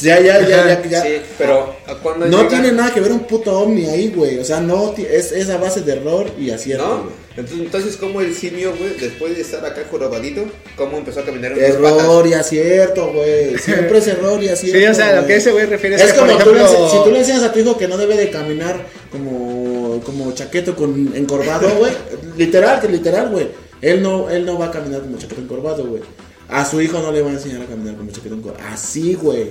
Ya, ya, ya, ya, ya. Sí, pero ¿a cuándo No llega? tiene nada que ver un puto ovni ahí, güey. O sea, no, ti- es, es a base de error y acierto, ¿No? güey. Entonces, entonces, ¿cómo el simio, güey, después de estar acá jorobadito, cómo empezó a caminar en dos Error y acierto, güey. Siempre es error y acierto. Sí, o sea, lo güey. que ese güey refiere Es, es, que, como por tú le ejemplo, ense- si tú le enseñas a tu hijo que no debe de caminar como, como chaqueto con encorvado, güey. literal, que literal, güey. Él no, él no va a caminar como chaqueto encorvado, güey. A su hijo no le va a enseñar a caminar como chaqueto encorvado. Así, güey.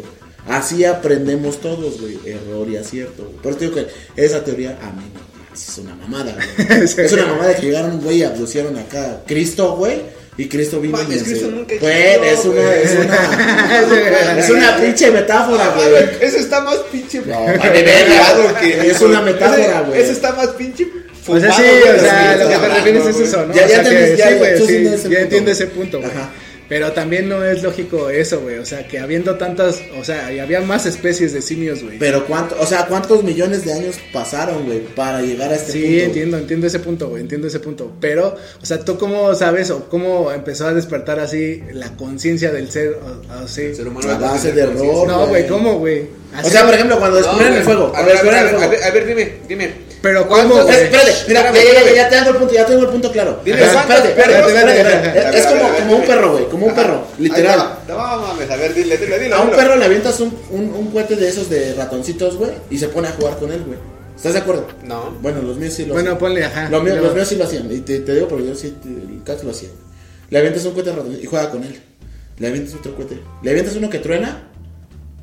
Así aprendemos todos, güey. Error y acierto, güey. Por eso te digo que esa teoría a mí no. Es una mamada, güey. Es una mamada que llegaron, güey, y abducieron acá a Cristo, güey. Y Cristo vino y Mames, Cristo enseñó. nunca Güey, es existió, una, güey. es una, es una pinche metáfora, patas? güey. Eso está más pinche. No, de vale, verga, verga, que- es una metáfora, Ese- güey. Eso está más pinche. O fumado, sea, Pues sí, güey, o sea, que lo que te está refieres es hablando, eso, Ya- ¿no? O ya sea, entendí, que ya- sí, ya, güey, tú sí, entiendes ese ya punto, entiendo güey. ese punto, güey. Ajá. Pero también no es lógico eso, güey. O sea, que habiendo tantas, o sea, y había más especies de simios, güey. Pero cuánto, o sea, cuántos millones de años pasaron, güey, para llegar a este Sí, punto. güey? entiendo, entiendo ese punto, güey, entiendo ese punto. Pero, o sea, ¿tú cómo sabes o cómo empezó a despertar así la conciencia del ser o- así? El ser humano A va a base tener de conciencia. error. No, güey, ¿cómo, güey? O Así- sea, por ejemplo, cuando No, descubrieron güey. el fuego, Pues, A cuando ver, a ver, descubrieron el a fuego. ver, a ver, dime, dime. Pero ¿Cuántos- ¿cómo, güey? es- Espérate, mira, ya, Espérame, ya, ya, ya te dando el punto, ya tengo el punto claro. Dime, Ajá. ¿cuántos espérate, espérate, perros? espérate, Espérate, espérate. espérate, Es es como, espérate, como un espérate. perro, güey, como un perro, literal. Ahí te va. No mames, a ver, dile, dile, dile. A un dilo. perro le avientas un, un, un cohete de esos de ratoncitos, güey, y se pone a jugar con él, güey. ¿Estás de acuerdo? No. Bueno, los míos sí lo Bueno, hacen. ponle, ajá. Los míos, No. los míos sí lo hacían. Y te, te digo porque yo sí, te- el Cats lo hacía. Le avientas un cohete ratón y juega con él. Le avientas otro cohete. Le avientas uno que truena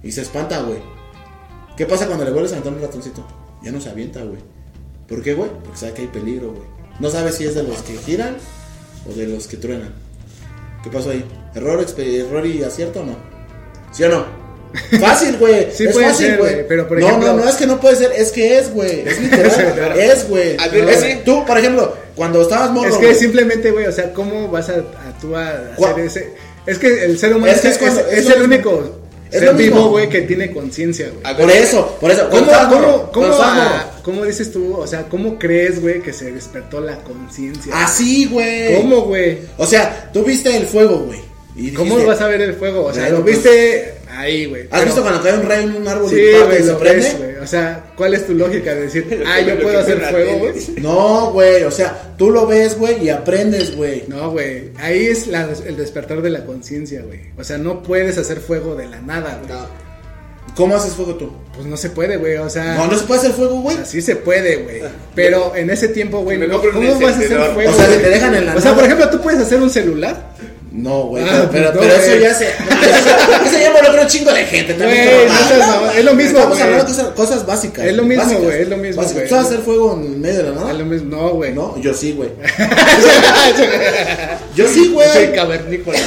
y se espanta, güey. ¿Qué pasa cuando le vuelves a aventar un ratoncito? Ya no se avienta, güey. ¿Por qué, güey? Porque sabe que hay peligro, güey. No sabe si es de los que giran o de los que truenan. ¿Qué pasó ahí? ¿Error, expe- error y acierto o no? ¿Sí o no? Fácil, güey. Sí es puede fácil, ser, güey. güey, pero por no, ejemplo- no, no es que no puede ser, es que es, güey. Es literal. es, güey. A ver, No, es- dime. Tú, por ejemplo, cuando estabas morro. Es que güey, simplemente, güey, o sea, ¿cómo vas a, a tú a hacer ¿Cuál? ese? Es que el ser humano Es es, que es cuando- es- es es lo el mismo. único Es ser lo mismo. vivo, güey, que tiene conciencia, güey. A ver, Por eso, por eso. ¿Cómo, cuando estabas cómo, morro, cómo, cuando estabas a- morro. cómo dices tú? O sea, ¿cómo crees, güey, que se despertó la conciencia? Así, güey. ¿Cómo, güey? O sea, tú viste el fuego, güey. y ¿Cómo dijiste, vas a ver el fuego? O sea, Bueno, lo pues- viste ahí, güey. ¿Has pero- visto cuando cae un rayo en un árbol Sí, y parte y güey, se lo prende? ves, güey. O sea, ¿cuál es tu lógica de decir, Lo ah, yo que puedo veo hacer en la fuego, tele. güey? No, güey. O sea, tú lo ves, güey, y aprendes, güey. No, güey. Ahí es la- el despertar de la conciencia, güey. O sea, no puedes hacer fuego de la nada, güey. ¿Cómo haces fuego tú? Pues no se puede, güey. O sea, No, no se puede hacer fuego, güey. o sea, sí se puede, güey. Pero en ese tiempo, güey, Me no- compro un ¿cómo vas a hacer encendedor. fuego? O sea, güey? te dejan en la O sea, nada. por ejemplo, tú puedes hacer un celular. No, güey, Ah, pero, pero, no, pero güey. eso ya se. Eso ya involucra un chingo de gente también. Güey, cabrón. no seas mamón, es lo mismo, Estamos güey. hablando de cosas, cosas básicas. Es lo mismo, básicas, güey, es lo mismo, básicas. güey. ¿Tú vas a hacer fuego en medio de la A lo nada? mismo- No, güey. No, yo sí, güey. yo sí, Yo soy güey. cavernícola.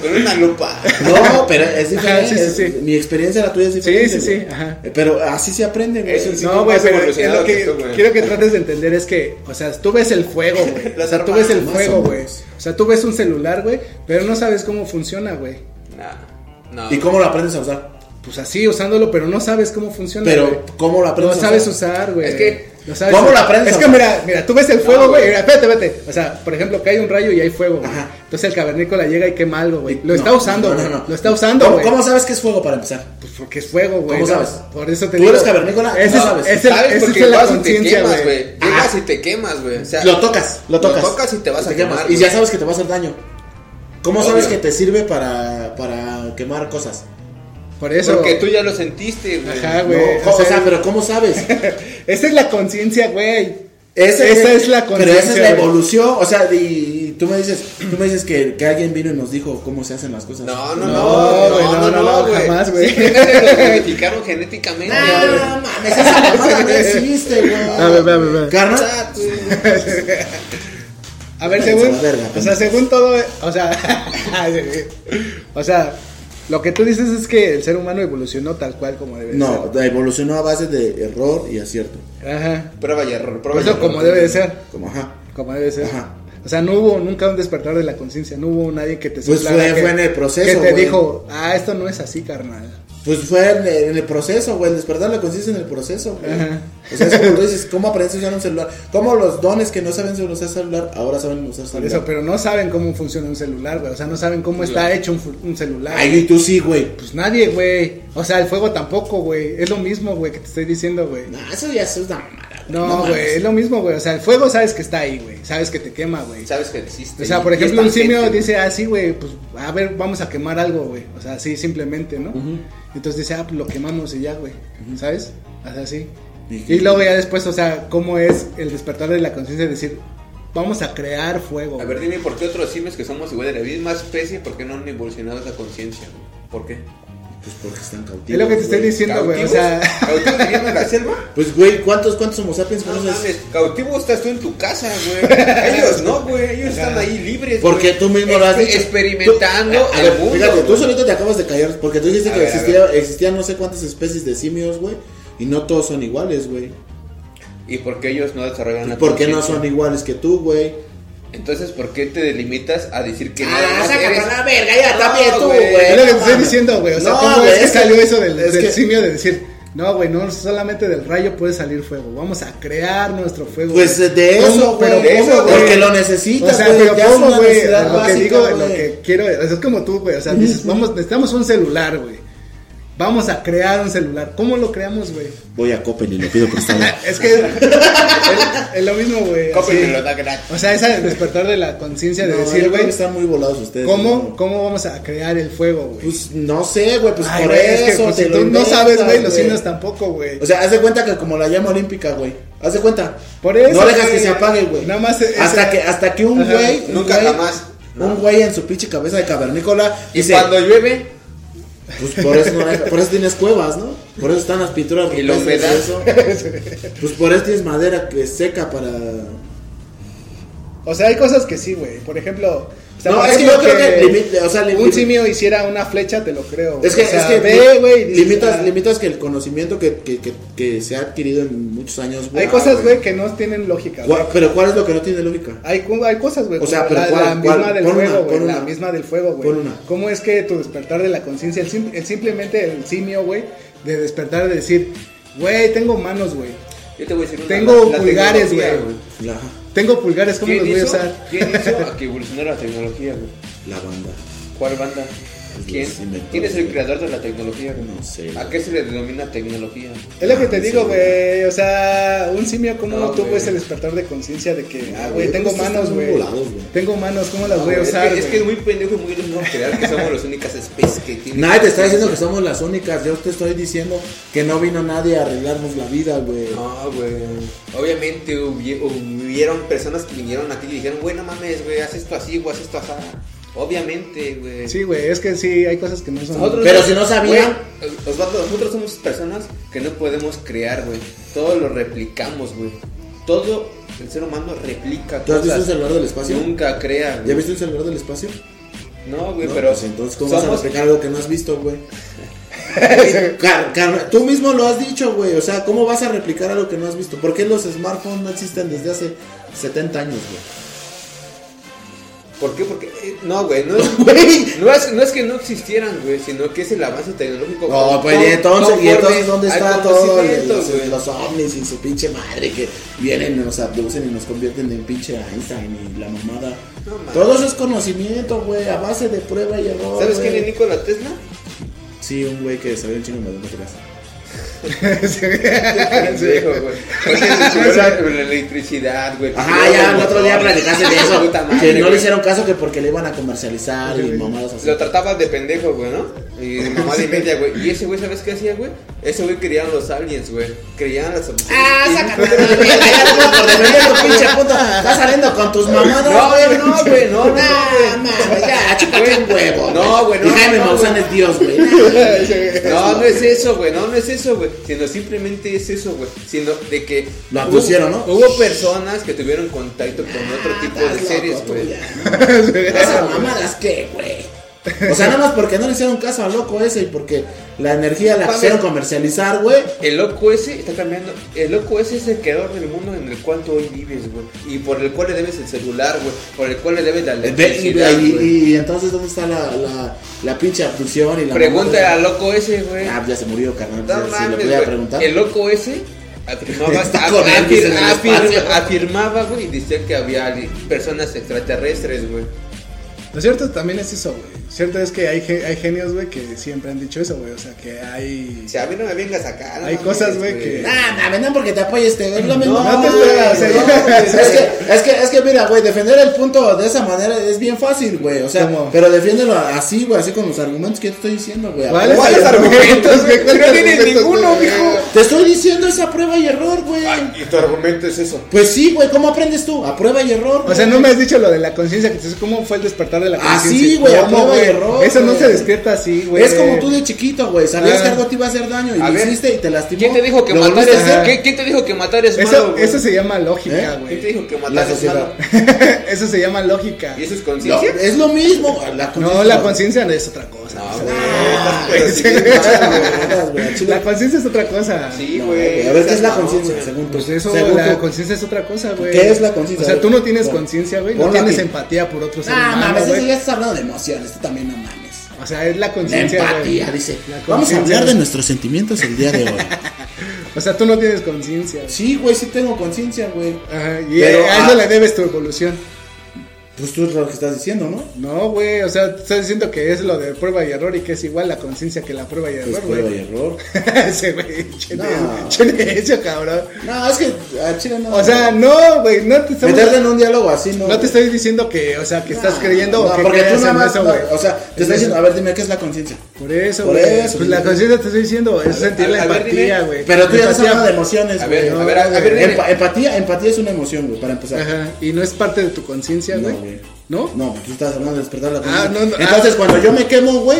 Con una lupa. No, pero es diferente. Ajá, sí, sí, sí. es- Mi experiencia, la tuya es diferente. Sí, sí, sí, güey. Eh, ajá. Pero así se aprende, güey. Es un No, poco güey, más pero es evolucionado lo que, que tú, güey. quiero que trates de entender es que, o sea, tú ves el fuego, güey. O Las sea, tú armas, ves el más fuego, o güey. menos. O sea, tú ves un celular, güey, pero no sabes cómo funciona, güey. Nah, no. ¿Y cómo lo aprendes a usar? Pues así, usándolo, pero no sabes cómo funciona, güey. Ah, Pero, ¿cómo lo Lo aprendes a sabes usar, güey. Es que, Lo sabes ¿cómo lo usar. aprendes Es a que usar? mira, mira, tú ves el fuego, No, güey. güey. mira, espérate, espérate. O sea, por ejemplo, cae un rayo y hay fuego, güey. Ajá. Entonces el cavernícola llega y quema algo, güey. Lo No, está usando, no, no, güey. no. Lo está usando, ¿Cómo- güey. ¿Cómo sabes que es fuego para empezar? Pues porque es fuego, güey. ¿Cómo ¿no? sabes? Por eso te ¿Tú digo. eres cavernícola? Ese No es, sabes. ese es- ¿Sabes? ese Porque es la vas y te conciencia, quemas, güey. Ah, güey. Llega tocas y te quemas, güey. O sea, Ah. Lo tocas, lo tocas. y te vas a quemas, quemar. Y güey. ya sabes que te va a hacer daño. ¿Cómo Obvio. sabes que te sirve para, para quemar cosas? Por eso. Porque tú ya lo sentiste, Ah, güey. Ajá, No, güey. o, sea, pero ¿cómo sabes? Esa es la conciencia, güey. Ese- esa es la Pero esa es conciencia, la güey. evolución. O sea, y, y tú me dices, tú me dices que, que alguien vino y nos dijo cómo se hacen las cosas. No, no, no, No, no, güey, no, no, güey. jamás, güey. Simplemente lo modificaron genéticamente. güey. No, mames, esa mamada no existe, güey. A ver, a ver, a ver. Carnal, A ver, Váyanse según. a la verga, o sea, según todo. O sea. o sea, lo que tú dices es que el ser humano evolucionó tal cual como debe de No, evolucionó a base de error y acierto. ser. Ajá. Prueba y error, Por prueba y eso, error. Pues como debe de ser. Como, ajá. Como debe de ser. Ajá. O sea, no hubo nunca un despertar de la conciencia. No hubo nadie que te Pues soplara fue- que- fue en el proceso, Que te güey. dijo, ah, esto no es así, carnal. Pues fue en el, en el proceso, güey. El despertar la conciencia en el proceso, güey. Ajá. O sea, es como tú dices, ¿cómo aprendes a usar un celular? ¿Cómo los dones que no saben usar celular ahora saben usar Por celular? eso, pero no saben cómo funciona un celular, güey. O sea, no saben cómo está hecho un, fu- un celular. Ay, y tú sí, güey. Pues nadie, güey. O sea, el fuego tampoco, güey. Es lo mismo, güey, que te estoy diciendo, güey. No, eso ya es una mamada. No, mames. güey, es lo mismo, güey. O sea, el fuego sabes que está ahí, güey. Sabes que te quema, güey. Sabes que existe. O sea, y- por y ejemplo, es un simio tangente. dice, ah, sí, güey, pues a ver, vamos a quemar algo, güey. O sea, así simplemente, ¿no? Entonces dice, ah, pues lo quemamos y ya, güey. ¿Sabes? O sea, así. Dije- Y luego ya después, o sea, cómo es el despertar de la conciencia de decir, vamos a crear fuego. A ver, güey. dime por qué otros simios que somos igual de la misma especie, ¿por qué no han evolucionado esa conciencia? güey? ¿Por qué? Pues porque están cautivos. es lo que te estoy güey. diciendo, güey. O ¿Cautivos? sea, ¿Cautivos vivían en la selva? Pues, güey, ¿cuántos, cuántos homo sapiens No conoces? mames, cautivo estás tú en tu casa, güey. Ellos no, güey. Ellos están ahí libres. güey. Porque tú mismo lo has Exper- dicho. Experimentando Tú- a el ver, mundo. Fíjate, tú güey. solito te acabas de callar porque tú dijiste A que ver, a existía- existían no sé cuántas especies de simios, güey. Y no todos son iguales, güey. ¿Y por qué ellos no desarrollan ¿Y la por qué no conciencia? son iguales que tú, güey? Entonces, ¿por qué te delimitas a decir que nada Ah, más sácate eres... a la verga, ya, también tú, güey. güey. es lo que te No estoy mames. diciendo, güey. O sea, No, cómo güey, es que es que- salió eso del, es del que- simio de decir, no, güey, no solamente del rayo puede salir fuego. Vamos a crear nuestro fuego. Pues güey. de ¿Cómo? eso, Pero güey. ¿cómo, güey? Porque lo O necesitas, sea, güey. pero ya es ¿cómo, una güey? necesidad Lo que básica, digo, güey. lo que quiero, o sea, es como tú, güey. O sea, dices, vamos, necesitamos un celular, güey. Vamos a crear un celular. ¿Cómo lo creamos, güey? Voy a Copen y le pido prestado. Es que es, es lo mismo, güey. Copen así. me lo da gratis. O sea, es el despertar de la conciencia de No, yo decir, creo güey, que están muy volados ustedes. ¿cómo, ¿no? ¿cómo vamos a crear el fuego, güey? Pues no sé, güey, pues Ay, por güey, es eso. que, pues, te si lo tú no inventas, sabes, güey, los signos tampoco, güey. O sea, haz de cuenta que como la llama olímpica, güey. Haz de cuenta. Por eso, No dejas güey. que se apague, güey. Nada más es- Hasta que, hasta que un Ajá. güey. un Nunca güey- jamás. Un güey en su pinche cabeza de cavernícola. Y dice, cuando llueve, Pues por eso, no deja- por eso tienes cuevas, ¿no? Por eso están las pinturas Y la rupestres y eso. Pues por eso tienes madera que seca para. O sea, hay cosas que sí, güey. Por ejemplo, o sea, No, por es que ejemplo, yo creo que limite- o sea, lim- un lim- simio hiciera una flecha, te lo creo. Es que, O sea, es que ve, güey. y dices, limitas, ah, limitas que el conocimiento que, que, que, que se ha adquirido en muchos años, güey. Hay cosas, güey, que no tienen lógica, güey. Gua- Pero ¿cuál es lo que no tiene lógica? Hay, cu- hay cosas, güey. O sea, pero como la, ¿cuál- la misma cuál? del Pon fuego, una, güey. pon La una. misma del fuego, güey. Pon una. ¿Cómo es que tu despertar de la conciencia, el, sim- el simplemente el simio, güey, de despertar de decir, güey, tengo manos, güey. yo te voy a decir una Tengo la pulgares, tecnología, güey. La, Tengo pulgares, ¿cómo los ¿Quién voy a hizo, usar? ¿Quién hizo a que evolucionara la tecnología, güey? la banda. ¿Cuál banda? Pues ¿Quién? los inventores, ¿Quién es el güey. creador de la tecnología? güey? No sé, ¿A güey. qué se le denomina tecnología? Es lo que te Ah, sí, digo, güey. güey. O sea, un simio, ¿cómo No, no tuvo güey. ese despertar de conciencia de que, ah, güey, güey, tengo estos están manos, muy güey? volados, güey. Tengo manos, ¿cómo las voy a Es que- usar? es, que, güey? es muy pendejo y muy loco creer que somos las únicas especies que tienen. Nadie te está diciendo que somos las únicas. Yo te estoy diciendo que no vino nadie a arreglarnos la vida, güey. No, güey. Obviamente hubi- hubieron personas que vinieron aquí y dijeron, güey, no mames, güey, haz esto así, güey, haz esto así. Obviamente, güey. Sí, güey, es que sí, hay cosas que no son. Nosotros- Pero si no sabían. Güey, Osvaldo, nosotros somos personas que no podemos crear, güey. Todo lo replicamos, güey. Todo el ser humano replica ¿Tú has visto un cosas. celular del espacio? Nunca crea, güey. ¿Ya viste un celular del espacio? No, güey, No, pero. pues entonces, ¿cómo vas a somos- replicar algo que no has visto, güey? Car- car- tú mismo lo has dicho, güey. O sea, ¿cómo vas a replicar algo que no has visto? ¿Por qué los smartphones no existen desde hace 70 años, güey? ¿Por qué? Porque. eh, No, güey, no es. Güey. No es, no es que no existieran, güey, sino que es el avance tecnológico. No, con- pues y con- entonces, y conforme entonces ¿dónde al está todo? el- conocimiento, Los, güey? los ovnis y su pinche madre que vienen, nos abducen y nos convierten en pinche Einstein y la mamada. No, mames. todo eso es conocimiento, güey, a base de prueba y error. ¿Sabes güey. quién es Nikola Tesla? Sí, un güey que salió en chino de matemáticas. Pendejo, güey. Porque se subió la, la electricidad, güey. Ajá, ya el otro día platicaste de eso. Puta madre, que no le güey. hicieron caso que porque le iban a comercializar y mamadas así. Lo trataba de pendejo, güey, ¿no? Y de mamá de media, güey. Y ese güey, ¿sabes qué hacía, güey? Ese güey creía en los aliens, güey. Creía en las... Ah, y- sácate de la mierda, ya te vas por defender tu pinche puto. Estás saliendo con tus mamadas. No, güey, no, güey, no, no, Nah, mames, ya, chúpate un Güey, huevo. no, güey, no, Y Jaime no, Maussan güey. es Dios, güey. Nah, No, no es eso, güey, no, no es eso, güey. Sino simplemente es eso, güey. Sino de que. Lo hubo- pusieron, ¿no? Ah, Hubo personas que tuvieron contacto con otro tipo de estás series, loco, tú güey. ya, ¿no? Esas mamadas, ¿qué, güey? O sea, nada más porque no le hicieron caso al loco ese y porque la energía la Vamos. quisieron comercializar, güey. El loco ese está cambiando. El loco ese es el creador del mundo en el cual tú hoy vives, güey. Y por el cual le debes el celular, güey. Por el cual le debes la Ve- Y, electricidad, y- güey. y entonces, ¿dónde está la, la, la pinche abducción y la Pregúntale mamada? al loco ese, güey. Ah, ya se murió, carnal. No si le mames, pudiera güey. preguntar. El loco ese afirmaba, Está af- con afir- Elvis en el afir- espacio. afirmaba, güey, y decía que había ali- personas extraterrestres, güey. Lo cierto también es eso, güey. Lo cierto es que hay, ge- hay genios, güey, que siempre han dicho eso, güey. O sea, que hay. O sea, a mí no me vengas acá. no Hay mames, cosas, güey, que- Nah, nah, ven, no porque te apoyes, te es lo mismo. no te güey. esperas, eh. No, güey, es, que, es, que, es que, mira, güey, defender el punto de esa manera es bien fácil, güey. O sea, ¿Cómo? pero defiéndelo así, güey, así con los argumentos que yo te estoy diciendo, güey. ¿Cuáles Apoya- argumentos, güey? No ¿Cuáles tienes argumentos, ninguno, güey? mijo. Te estoy diciendo esa prueba y error, güey. y tu argumento es eso. Pues sí, güey, ¿cómo aprendes tú? A prueba y error. O sea, no me has dicho lo de la conciencia, que dices, ¿cómo fue el despertar de la Ah, sí, conciencia? güey, a No, prueba y güey, error, Eso no güey. se despierta así, güey. Es como tú de chiquito, güey. Sabías Ah. que algo te iba a hacer daño y A lo ver, hiciste y te lastimó. ¿Quién te dijo que Lo matar volviste a es hacer. ajá. ¿Qué- ¿Quién te dijo que matar es malo, Eso, güey? eso se llama ¿Eh? lógica, güey. ¿Quién te dijo que La matar es sociedad. malo? eso se llama lógica. ¿Y eso es No, conciencia? es lo mismo. La No, la conciencia no es otra cosa. No, O sea, güey. Ah, Pero güey, sí sí. que- Mamadas, güey, al chile. la conciencia es otra cosa. Sí, No, güey. A ver, ¿qué es la No, conciencia? güey. Según tú. Pues eso, Según la tú. conciencia es otra cosa, güey. ¿Qué es la conciencia? O sea, tú no tienes Pon- conciencia, güey. No ponla tienes aquí. empatía por otros Ah, hermanos, mames, eso güey. ya estás hablando de emociones. Tú también no mames. O sea, es la La conciencia, güey. empatía, dice. La Vamos a conciencia, hablar de güey. nuestros sentimientos el día de hoy. O sea, tú no tienes conciencia. güey. Sí, güey, sí tengo conciencia, güey. Ajá, y Pero, eh, a eso ah. le debes tu evolución. Pues tú es lo que estás diciendo, ¿no? No, güey, o sea, estás diciendo que es lo de prueba y error y que es igual la conciencia que la prueba y Pues error, prueba y güey. error. Ese güey, chene, No. chene eso, cabrón. No, es que a Chile no. O sea, no, güey, no te estamos... meterte en un diálogo así, ¿no? No te güey. estoy diciendo que, o sea, que estás No, creyendo no, o que porque tú creas nada en más, eso, no, güey. o sea, te Es estoy diciendo, a eso. ver, dime, ¿qué es la conciencia? Por eso, Por güey. eso, Pues la güey. conciencia te estoy diciendo, es ver, sentir la a ver, empatía, dime. güey. Pero tú ya estás Empatía. hablando de emociones, A ver, güey. a ver, a ver, Empa- dime. empatía, empatía es una emoción, güey, para empezar. Ajá, y no es parte de tu conciencia, No, güey. güey. ¿No? No, pues tú estás hablando de despertar la Ah, conciencia. no, no, Entonces, ah. cuando yo me quemo, güey.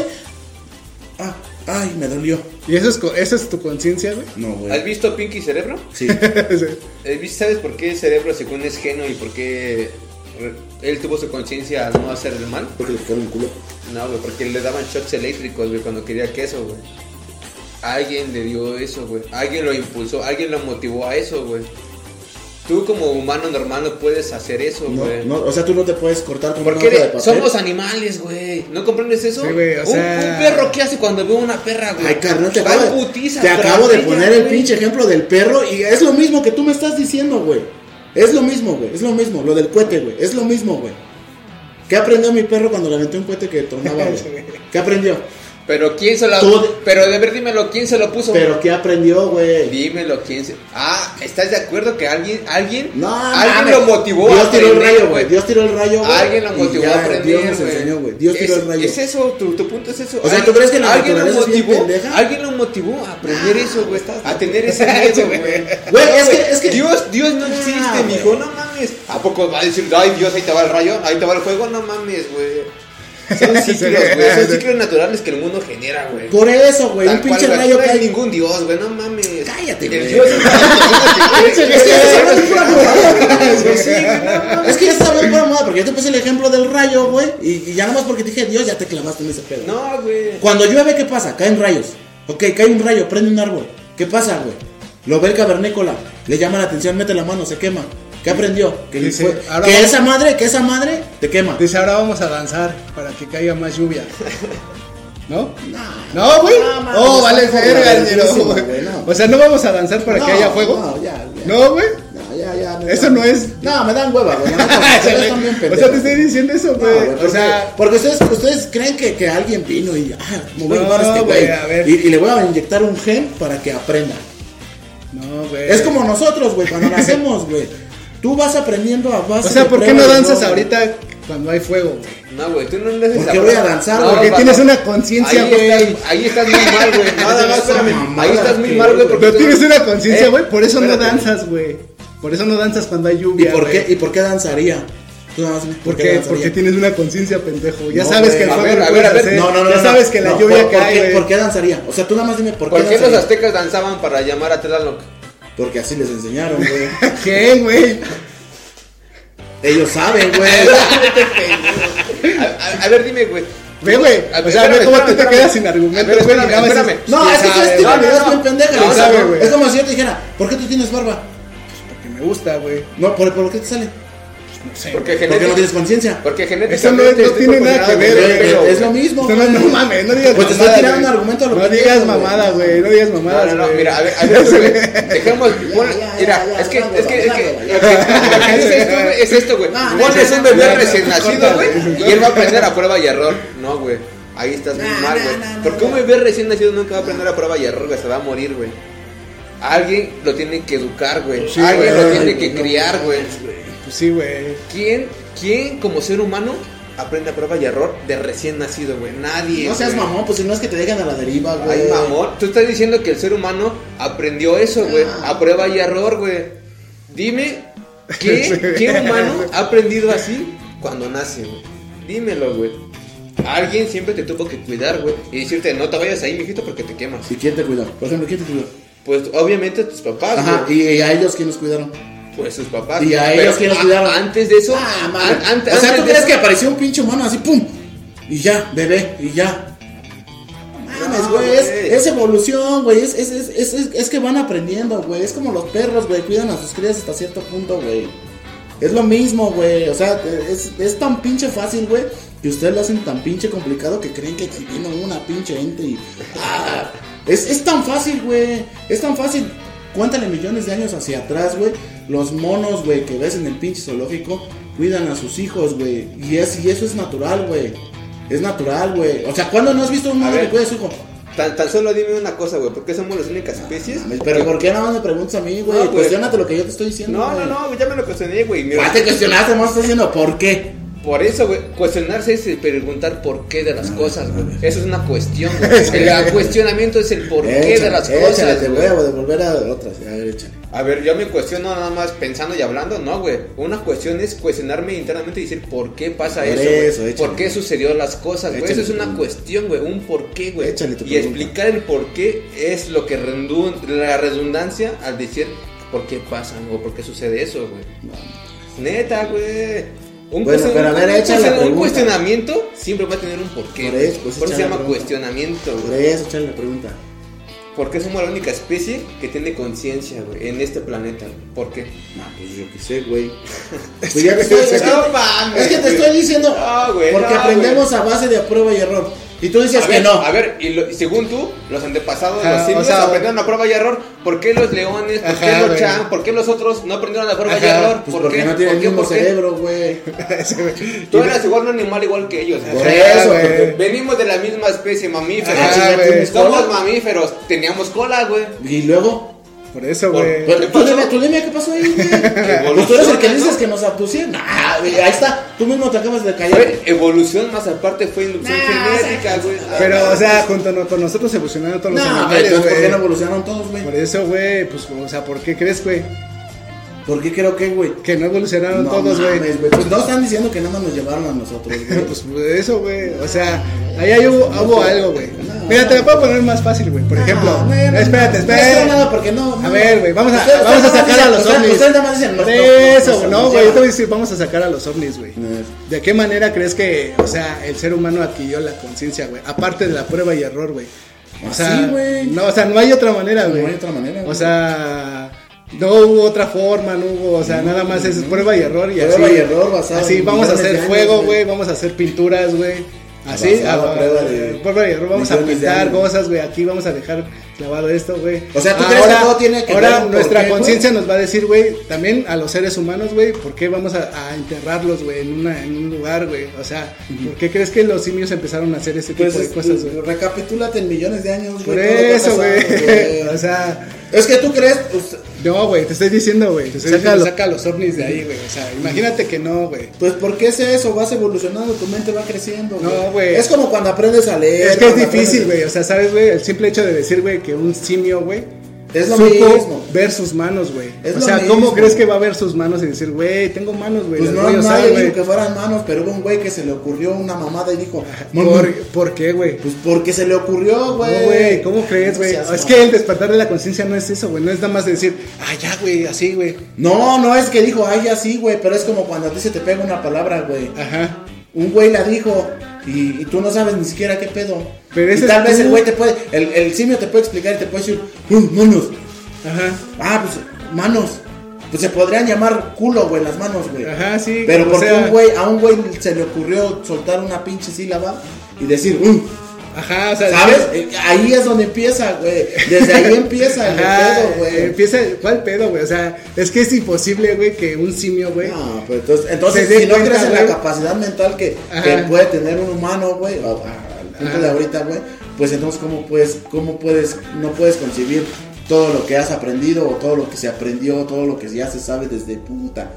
Ah, ay, me dolió. ¿Y eso es, co- eso es tu conciencia, güey? No, ¿Has güey. visto Pinky Cerebro? Sí. Eh, ¿viste- ¿Sabes por qué el cerebro según es genio y por qué re- él tuvo su conciencia al no hacer el mal? Porque le picaron el culo. No, güey, porque le daban shocks eléctricos, güey, cuando quería queso, güey. Alguien le dio eso, güey. Alguien lo impulsó, alguien lo motivó a eso, güey. Tú como humano normal no puedes hacer eso, No, güey. no, o sea, tú no te puedes cortar con una Porque hoja de eres- papel. somos animales, güey. ¿No comprendes eso? Sí, güey, o un, sea- un perro, ¿qué hace cuando ve una perra, güey? Ay, carnal, te Va acabo, en de- putiza, te acabo de trasilla, poner el güey. pinche ejemplo del perro y es lo mismo que tú me estás diciendo, güey. Es lo mismo, güey. Es lo mismo. Lo del cohete, güey. Es lo mismo, güey. ¿Qué aprendió mi perro cuando le aventé un cohete que tornaba, güey? ¿Qué aprendió? Pero quién se lo... Tú- Pero de ver, dímelo, ¿quién se lo puso? Pero ¿qué aprendió, güey? Dímelo quién se. Ah, ¿estás de acuerdo que alguien, alguien, No, alguien mames. lo motivó Dios tiró el aprender, rayo, güey. Dios tiró el rayo, güey. Alguien lo y motivó ya a aprender, Dios nos güey. enseñó, güey. Dios Es- tiró el rayo. Es eso, tu, tu punto es eso. O sea, Al- ¿tú crees que la alguien lo naturaleza es bien motivó? pendeja? Alguien lo motivó a aprender eso, güey, estás- a tener ese miedo, güey. Güey, es No, que- es que- Dios, Dios no Ah, existe, güey. mijo, no mames. ¿A poco va a decir, ay, Dios, ahí te va el rayo, ahí te va el fuego? No mames, güey. Son ciclos, güey, son ciclos naturales que el mundo genera, güey. Por eso, güey. Tal Un pinche cual, güey, rayo no cae. hay ningún dios, güey, no mames. Cállate, El güey. dios es Es que ya sabes pura mamada, güey. Sí, güey, no, Es que ya sabes pura mamada, porque yo te puse el ejemplo del rayo, güey. Y, y ya nomás porque te dije Dios, ya te clavaste en ese pedo. No, güey. Cuando llueve, ¿qué pasa? Caen rayos. Ok, cae un rayo, prende un árbol. ¿Qué pasa, güey? Lo ve el cavernícola, le llama la atención, mete la mano, se quema. ¿Qué aprendió? Que, Dice, fue- ahora que vamos- esa madre, que esa madre te quema. Dice, ahora vamos a danzar para que caiga más lluvia. ¿No? No, güey. No, mames, oh, vale, está verga, como pero, verguísima, güey. güey, no. O sea, no vamos a danzar para que haya fuego. No, ya, ya. No, güey. No, ya, ya, neta. Eso no es- No, me dan hueva, güey. la neta, ustedes están bien o pendejos. sea, te estoy diciendo eso, No, güey. güey, o porque- sea, porque ustedes, ustedes creen que, que alguien vino y ah, me voy a No, llevar a este güey, a ver. güey. Y, y le voy a inyectar un gen para que aprenda. no, güey. Es como nosotros, güey, cuando nacemos, güey. Tú vas aprendiendo a O base sea, de ¿por qué no prueba y danzas error, ahorita cuando hay fuego? güey? No, güey, tú no le haces ¿Por qué esa- voy a danzar, güey? Porque papá. tienes una conciencia, eh, Ahí güey. estás- Ahí estás muy mal, güey. Nada más, espérame. Ahí estás muy mal, güey. porque No tú- tienes una conciencia, Eh, güey. Por eso no espérate. danzas, güey. Por eso no danzas cuando hay güey. lluvia. ¿Y por qué, güey. ¿Y por qué danzaría? Tú nada más, ¿por, ¿Por qué qué? danzaría? Porque tienes una conciencia, pendejo. Ya No, sabes güey. que el A fuego ver, lo a puedes ver, a ver. hacer. No, no, no. Ya no. sabes que la No, lluvia ¿por, cae, ¿por qué, güey. ¿Por qué danzaría? O sea, tú nada más dime por qué ¿Por qué los danzaría. aztecas danzaban para llamar a Tlaloc? Porque así les enseñaron, güey. ¿Qué, güey? Ellos saben, güey. A, a- a ver, dime, güey. Ve, güey. A ver, O sea, ve espérame, cómo tú te espérame, quedas sin espérame. argumentos, A ver, güey, espérame, llegabas y- espérame. No, es que tú sabe, es tipo no, no, ideas no. bien pendejas. ¿Quién o sea, sabe, güey? Es como si yo te dijera, ¿por qué tú tienes barba? Porque me gusta, güey. No, ¿por, por qué te sale? No sé. Porque Porque no tienes genéticamente. conciencia. Eh, Porque genéticamente. Eso no es- no estoy tiene nada que condicionado con ver, el güey. pelo, Es güey. lo mismo. No, no, no mames, no digas Pues te estoy mamada, tirando güey. un argumento a lo No pendejo, digas güey. mamada, güey. No digas No, mamada. no, no, mira, a ver, a ver, güey, dejemos, pon- ya, mira, ya, es que, ya, es que, es ya, que, ya, ya, lo que- lo que dices tú, güey, es esto, güey, No, no, pones no, un no, bebé no, recién no, nacido, corta, güey, güey. y él va a aprender a prueba y error, no, güey, ahí estás muy No, mal, no, güey, no, no, porque un no. bebé recién nacido nunca va a aprender a prueba y error, güey, se va a morir, güey, alguien lo tiene que educar, güey, Sí, alguien güey. lo tiene que criar, güey, Pues sí, güey. ¿quién, quién como ser humano aprende a prueba y error de recién nacido, güey? Nadie, No seas güey. mamón, pues si no es que te dejan a la deriva, güey. Ay, mamón, tú estás diciendo que el ser humano aprendió eso, güey, Ah. a prueba y error, güey. Dime, ¿qué, qué humano ha aprendido así cuando nace, güey? Dímelo, güey. Alguien siempre te tuvo que cuidar, güey, y decirte, no te vayas ahí, mijito, porque te quemas. ¿Y quién te cuidó? Por ejemplo, ¿quién te cuidó? Pues obviamente tus papás, Ajá, güey. ¿y, y a ellos quién los cuidaron? Pues sus papás. Y a Pero ellos quién los a- cuidaron. Antes de eso, Ah, an- madre. antes, o sea, ¿tú antes de crees que eso- apareció un pinche humano así, pum? Y ya, bebé, y ya. No Mames, No, güey, es, Ah, güey. es evolución, güey. Es, es, es, es, es- es que van aprendiendo, güey. Es como los perros, güey. Cuidan a sus crías hasta cierto punto, güey. Es lo mismo, güey. O sea, es, es tan pinche fácil, güey. Que ustedes lo hacen tan pinche complicado que creen que aquí viene una pinche gente y. ¡Ah! Es, es tan fácil, güey. Es tan fácil. Cuéntale millones de años hacia atrás, güey. Los monos, güey, que ves en el pinche zoológico, cuidan a sus hijos, güey. Y, es, y eso es natural, güey. Es natural, güey. O sea, ¿cuándo no has visto un mono ver. que cuida a su hijo? Tan, tan solo dime una cosa, güey, porque somos las únicas especies. Mames, Pues, Pero que- ¿por qué nada más Ah, me preguntas a mí, güey? No, güey. Cuestiónate lo que yo te estoy diciendo. No, no, güey. no, güey, ya me lo cuestioné, güey. mira. Ah, te cuestionaste, más estás diciendo por qué. Por eso, güey, cuestionarse es el preguntar por qué de Ah, las cosas, güey. Eso es una cuestión, güey. El cuestionamiento es el por qué de las Échale, cosas, te güey. voy a devolver a otras. A ver, échale. A ver, yo me cuestiono nada más pensando y hablando, no, güey. Una cuestión es cuestionarme internamente y decir por qué pasa Por eso, güey. eso, échale. por qué sucedió las cosas, güey. Eso Échale es tu una pregunta. cuestión, güey, un por qué, güey. Échale tu Y pregunta. explicar el por qué es lo que rendu- la redundancia al decir por qué pasa o por qué sucede eso, güey. Neta, güey. Un, Bueno, cuestion- pero a ver, un echa la cuestion- un pregunta. cuestionamiento siempre va a tener un porqué. Por eso, pues, Por eso echa se la llama pregunta. cuestionamiento, Por güey. eso, échale la pregunta. ¿Por qué somos la única especie que tiene conciencia, güey, en este planeta? güey? ¿Por qué? No, pues yo qué sé, güey. Pues ya te estoy- es, que, No mames, es que te güey. estoy diciendo. No, güey, porque no, aprendemos a base de prueba y error. Y tú dices a que ver, no. a ver, y, lo- y según tú, los antepasados, Ajá, los o simios sea, aprendieron a prueba y error. ¿Por qué los leones? ¿Por Ajá, qué los güey. chan? ¿Por qué los otros no aprendieron a prueba y Ajá, error? Pues porque no tiene el mismo cerebro, güey. Tú eras igual un animal igual que ellos. güey. Por eso, güey. porque- Venimos de la misma especie, mamíferos. Ah, Somos güey. ¿tienes Somos cola? mamíferos, teníamos cola, güey. Y luego. Por eso, Por- güey. por- ¿Qué Pero tú pasó? dime, tú dime qué pasó ahí, güey. Pues tú eres el que dices que nos abducieron. Ah, Nah, güey, ahí está. Tú mismo te acabas de callar. Fue evolución más aparte fue inducción genética, güey. Pero, o sea, junto no- con nosotros evolucionaron todos los No, güey, animales, entonces, ¿por qué no güey. evolucionaron todos, güey? Por eso, güey, pues, o sea, ¿por qué crees, güey? ¿Por qué creo que, güey? Que no evolucionaron No todos, güey. mames, Pues no están diciendo que nada más nos llevaron a nosotros, güey. Pues eso, güey. O sea, ahí hay hubo, hubo algo, güey. Mira, te la puedo poner más fácil, güey. Por ejemplo, espérate, Ah, No creo espérate. nada porque no. no. A ver, güey, vamos a, Ustedes- vamos a ustedes nada más sacar a dicen- los ustedes- ovnis. Ustedes nada más dicen. Por no, eso, no, no, güey. Yo te voy a no. decir, vamos a sacar a los ovnis, güey. ¿De qué manera crees que, o sea, el ser humano adquirió la conciencia, güey? Aparte de la prueba y error, güey. O sea, Así, güey. no, o sea, no hay otra manera, güey. No hay otra manera, O güey. sea, no hubo otra forma, no hubo, o sea, nada más es prueba y error y Prueba así. y error basado Así, en vamos a millones hacer de años, fuego, güey. güey, vamos a hacer pinturas, güey. Así, Avanzado a ah, prueba ah, de por favor, vamos a millones de pintar años. cosas, güey. Aquí vamos a dejar clavado esto, güey. O sea, ¿tú crees que todo tiene que ahora ver un nuestra porqué, conciencia nos va a decir, güey, también a los seres humanos, güey, ¿por qué vamos a, a enterrarlos, güey, en, una- en un lugar, güey? O sea, ¿por qué crees que los simios empezaron a hacer ese tipo Pues, de cosas, güey? recapitúlate en millones de años, güey. Por todo lo que ha eso, pasado, güey. o sea, Es que tú crees. pues, no, güey, te estoy diciendo, güey. Te estoy Sácalo. diciendo, saca los ovnis de ahí, güey. O sea, imagínate que no, güey. Pues ¿por qué sea eso? Vas evolucionando, tu mente va creciendo. No, güey. Es como cuando aprendes a leer. Es que es cuando difícil, aprendes- güey. O sea, ¿sabes, güey? El simple hecho de decir, güey, que un simio, güey, Es lo supo mismo. ver sus manos, güey. Es O lo sea, mismo. ¿cómo crees que va a ver sus manos y decir, güey, tengo manos, güey? Pues las no, voy a nadie usar, dijo güey"? que fueran manos, pero hubo un güey que se le ocurrió una mamada y dijo, ¿Por, por qué, güey? pues porque se le ocurrió, No, güey. güey, ¿cómo crees, güey? No seas es mamón. que el despertar de la conciencia no es eso, güey. No es nada más decir, ah, ya, güey, así, güey. No, no es que dijo, ay, así, güey, pero es como cuando a ti se te pega una palabra, güey. Ajá. Un güey la dijo y, y tú no sabes ni siquiera qué pedo. Pero ese y tal es vez el tú. güey te puede, el, el simio te puede explicar y te puede decir, "Uh, manos. Ajá. Ah, pues manos. Pues se podrían llamar culo, güey, las manos, güey. Ajá, sí. Pero o porque sea, un güey, a un güey se le ocurrió soltar una pinche sílaba y decir, "Mm", Ajá, o sea, ¿sabes? Eh, Ahí es donde empieza, güey. Desde ahí empieza el Ajá, pedo, güey. Empieza, ¿cuál pedo, güey? O sea, es que es imposible, güey, que un simio, güey. No, pues entonces, entonces Se dé si no cuenta, crees en la güey. capacidad mental que, Ajá. que puede tener un humano, güey, a- a- al punto Ajá. de ahorita, güey, pues entonces cómo puedes, cómo puedes, no puedes concebir todo lo que has aprendido o todo lo que se aprendió, todo lo que ya se sabe desde puta.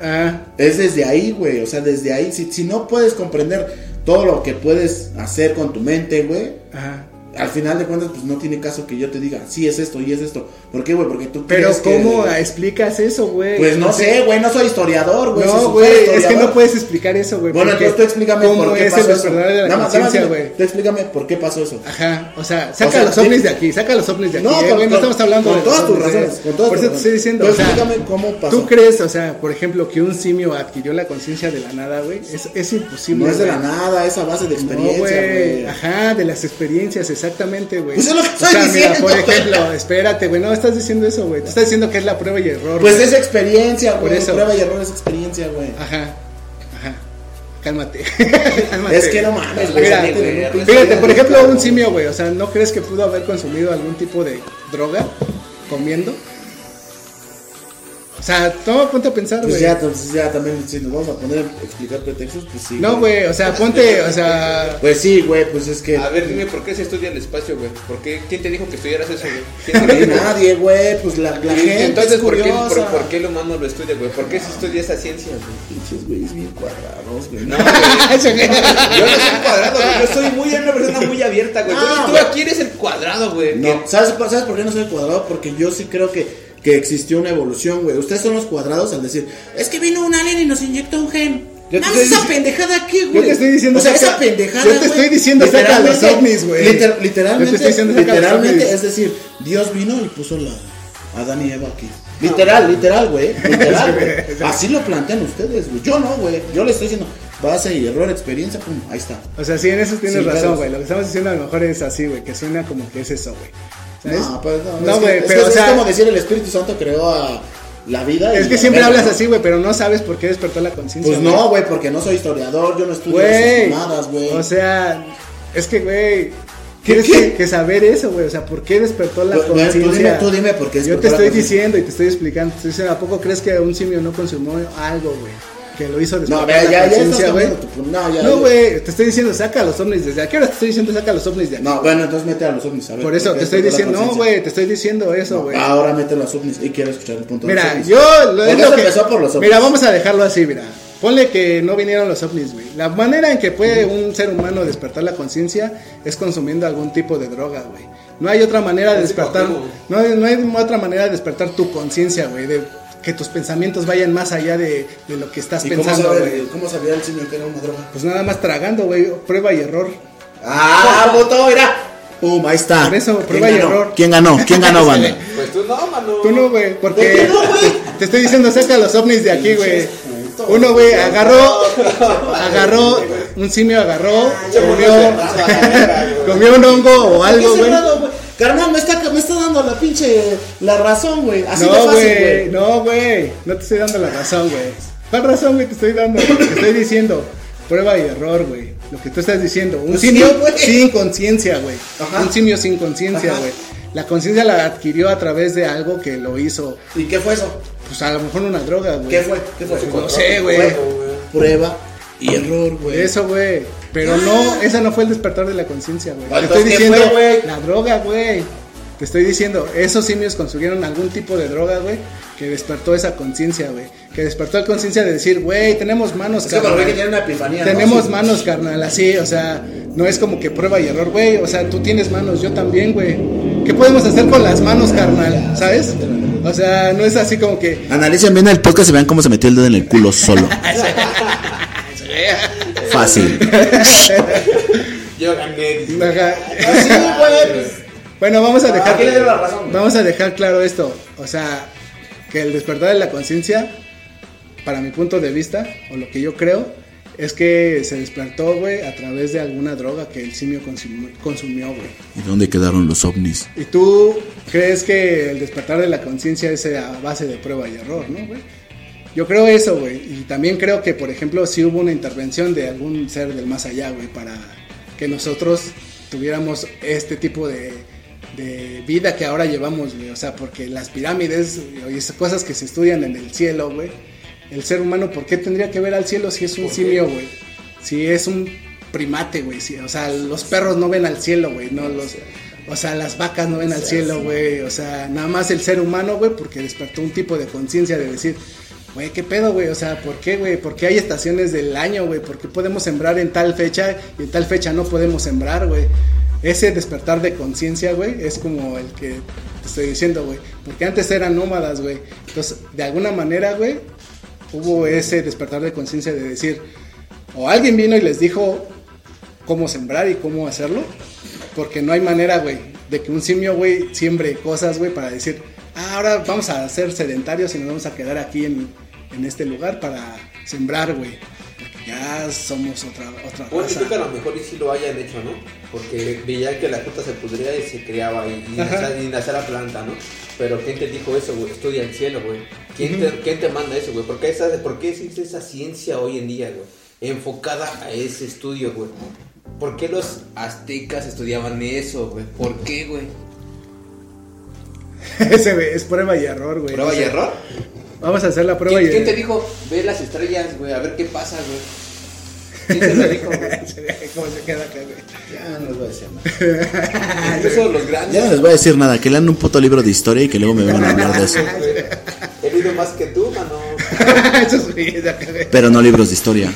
Ah, Es desde ahí, güey. O sea, desde ahí. Si, si no puedes comprender todo lo que puedes hacer con tu mente, güey. ajá. Al final de cuentas, pues no tiene caso que yo te diga, sí es esto y es esto. ¿Por qué, güey? Porque tú Pero crees que- ¿cómo explicas eso, güey? Pues no O sea, sé, güey. No soy historiador, güey. si fuera No, güey, es que historiador- no puedes explicar eso, güey. Bueno, porque entonces tú explícame ¿Cómo por qué es pasó el eso. verdadero de la Nada más, nada más, conciencia, dime, güey? Tú explícame por qué pasó eso. Ajá, o sea, saca O sea, los ovnis dime- de aquí, saca los ovnis de aquí, No, eh, con güey, no todo- estamos hablando con de todas los tus ovnis, eh. razones, con todas Por tus eso te razones. estoy diciendo, Tú o sea, explícame cómo pasó. ¿Tú crees, o sea, por ejemplo, que un simio adquirió la conciencia de la nada, güey? Es, es imposible. No es de la güey. nada, esa base de No, experiencia, güey. güey. Ajá, de las experiencias, exactamente, güey. Pues es lo que O estoy sea, diciendo, Mira, güey. por ejemplo, espérate, güey. No estás diciendo eso, güey. Tú estás diciendo que es la prueba y error. Pues güey. es experiencia, Por güey. eso. Prueba y error es experiencia, güey. Ajá, ajá. Cálmate. Es que no mames, güey. Ah, Mira, se meten en un pinche Fíjate, por pedo, ejemplo, cabrón. un simio, güey. O sea, ¿no crees que pudo haber consumido algún tipo de droga comiendo? O sea, todo ponte a pensar, Pues güey. ya, entonces ya también, si nos vamos a poner a explicar pretextos, pues sí. No, güey, o sea, ponte, o sea. Pues sí, güey, pues es que. A ver, dime, ¿por qué se estudia el espacio, güey? ¿Por qué? ¿Quién te dijo que estudiaras eso, güey? ¿Quién te No hay dijo? nadie, güey, pues la, la Y gente. Entonces, es ¿por qué, curiosa. por, por qué el humano lo estudia, güey? ¿Por qué se estudia esa ciencia, güey? Pinches güeyes bien cuadrados, güey. No, güey. Yo no soy cuadrado, güey. Yo soy muy, una persona muy abierta, güey. Ah, tú güey. aquí eres el cuadrado, güey. No, ¿sabes, por- ¿sabes por qué no soy cuadrado? Porque yo sí creo que, que existió una evolución, güey. Ustedes son los cuadrados al decir, es que vino un alien y nos inyectó un gen. Yo te Mames, estoy esa dici- pendejada aquí, güey. Yo te estoy diciendo O sea, saca- esa pendejada. yo te güey, estoy diciendo saca literalmente- los ovnis, güey. liter- Yo te literalmente, estoy diciendo saca los literalmente, ovnis. es decir, Dios vino y puso la Adán y Eva aquí. Literal, literal, güey. Literal, güey. Así lo plantean ustedes, güey. Yo no, güey. Yo le estoy diciendo, base y error, experiencia, pum, ahí está. O sea, sí, en eso tienes Sin razón, pedos. güey. Lo que estamos diciendo a lo mejor es así, güey, que suena como que es eso, güey. ¿Sabes? No, pues no. No, es que- güey, es que pero o es sea, como decir el Espíritu Santo creó a la vida. y es que la siempre verga, hablas ¿no? así, güey, pero no sabes por qué despertó la conciencia. Pues güey. no, güey, porque no soy historiador, yo no estudio esas Güey. mamadas, güey. O sea, es que, güey. ¿Qué, Tienes qué? que, que saber eso, güey. O sea, ¿por qué despertó la Pues, pues, tú conciencia? dime, tú dime por qué Yo despertó te la estoy conciencia. diciendo y te estoy explicando. Te estoy diciendo, ¿a poco crees que un simio no consumó algo, güey? Que lo hizo no, despertar vea, ya, la ya conciencia, estás güey. cambiando tu- No, ya. ya. No, güey, te estoy diciendo, saca los ovnis desde aquí. Ahora te estoy diciendo, saca los ovnis de aquí. No, bueno, entonces mete a los ovnis, a ver, Por eso qué te estoy despertó la diciendo, no, conciencia? güey, te estoy diciendo eso, güey. Ahora mete a los ovnis y quiero escuchar el punto de los Mira, ovnis. yo lo, ¿Por es qué lo se que- empezó por los ovnis? Mira, vamos a dejarlo así, mira. Ponle que no vinieron los ovnis, güey. La manera en que puede un ser humano despertar la conciencia es consumiendo algún tipo de droga, güey. No hay otra manera de despertar. No hay, no hay otra manera de despertar tu conciencia, güey. De que tus pensamientos vayan más allá de, de lo que estás ¿Y cómo pensando, sabe- güey. ¿Cómo sabía el señor que era una droga? Pues nada más tragando, güey. Prueba y error. ¡Ah, puto, mira! ¡Pum, ahí está! Por eso, ¿Quién prueba y ganó? error. ¿Quién ganó? ¿Quién ganó, banda? Pues tú no, mano. Tú no, güey, porque ¿Por qué no, te, te estoy diciendo, saca los ovnis de aquí, güey. Uno, güey, agarró, agarró, un simio agarró, comió, comió un hongo o algo, ¿Por qué güey. cerrado, güey? Carnal, me está, me está dando la pinche la razón, güey. Así de No, fácil, güey, güey. no, güey, no te estoy dando la razón, güey. ¿Cuál razón, güey, te estoy dando? Te estoy diciendo, prueba y error, güey. Lo que tú estás diciendo. Un Pues simio sí, güey. sin conciencia, güey. Ajá. Un simio sin conciencia, Ajá. güey. La conciencia la adquirió a través de algo que lo hizo, ¿Y qué fue eso? pues a lo mejor una droga, güey. ¿Qué fue? ¿Qué fue? Pues no sé, güey. Prueba y error, güey. Eso, güey. Pero no, ese no fue el despertar de la conciencia, güey. Te Entonces, estoy ¿qué diciendo, fue, güey? la droga, güey. Te estoy diciendo, esos simios construyeron algún tipo de droga, güey, que despertó esa conciencia, güey. Que despertó la conciencia de decir, güey, tenemos manos, Es que cuando carnal. ve que tiene una epifanía. ¿no? Tenemos Sí. manos, carnal, así, o sea, no es como que prueba y error, güey. O sea, tú tienes manos, yo también, güey. ¿Qué podemos hacer con las manos, carnal? ¿Sabes? O sea, no es así como que. Analicen bien el podcast y vean cómo se metió el dedo en el culo solo. Fácil. Yo gané. ajá. Sí, güey, pues, Bueno, vamos a dejar. ¿A quién le dio la razón? Vamos a dejar claro esto. O sea, que el despertar de la conciencia, para mi punto de vista, o lo que yo creo, es que se despertó, güey, a través de alguna droga que el simio consumi- consumió, güey. ¿Y dónde quedaron los ovnis? ¿Y tú crees que el despertar de la conciencia es a base de prueba y error, no, güey? Yo creo eso, güey. Y también creo que, por ejemplo, si hubo una intervención de algún ser del más allá, güey, para que nosotros tuviéramos este tipo de, de vida que ahora llevamos, güey. O sea, porque las pirámides y esas cosas que se estudian en el cielo, güey. El ser humano, ¿por qué tendría que ver al cielo si es un simio, güey? Si es un primate, güey. si- o sea, los perros no ven al cielo, güey. No los. O sea, las vacas no ven al cielo, güey. O sea, nada más el ser humano, güey, porque despertó un tipo de conciencia de decir, güey, qué pedo, güey. O sea, ¿por qué, güey? ¿Por qué hay estaciones del año, güey? ¿Por qué podemos sembrar en tal fecha y en tal fecha no podemos sembrar, güey? Ese despertar de conciencia, güey, es como el que te estoy diciendo, güey. Porque antes eran nómadas, güey. Entonces, de alguna manera, güey, hubo ese despertar de conciencia de decir, o alguien vino y les dijo cómo sembrar y cómo hacerlo, porque no hay manera, güey, de que un simio, güey, siembre cosas, güey, para decir, "Ah, ahora vamos a ser sedentarios y nos vamos a quedar aquí en, en este lugar para sembrar, güey. Porque ya somos otra, otra Bueno, raza. creo que a lo mejor y sí lo hayan hecho, ¿no? Porque veía que la fruta se pudría y se criaba y, y nacía- y nacía la planta, ¿no? Pero ¿quién te dijo eso, güey? Estudia el cielo, güey. ¿Quién, te, quién te manda eso, güey? ¿Por qué, esa, ¿Por qué existe esa ciencia hoy en día, güey? Enfocada a ese estudio, güey. ¿Por qué los aztecas estudiaban eso, güey? ¿Por qué, güey? Ese, güey, es prueba y error, güey. ¿Prueba O y sea, error? Vamos a hacer la Pues prueba ¿Quién, y quién te dijo, ve las estrellas, güey? A ver qué pasa, güey. ¿Quién te lo dijo, güey? ¿Cómo se queda acá, güey? Ya no les voy a decir nada. Incluso los grandes. Ya no les voy a decir nada, que lean un puto libro de historia y que luego me van a hablar de eso. He leído más que tú, mano. Eso es güey, de acá, güey. Pero no libros de historia.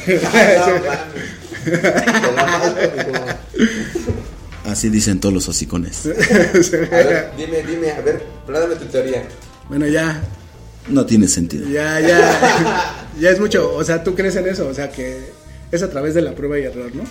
Así dicen todos los hocicones. A ver, dime, dime, a ver, plátame tu teoría. Bueno, ya, No tiene sentido. Ya, ya. ya es mucho. O sea, tú crees en eso. O sea, que es a través de la prueba y error, ¿no?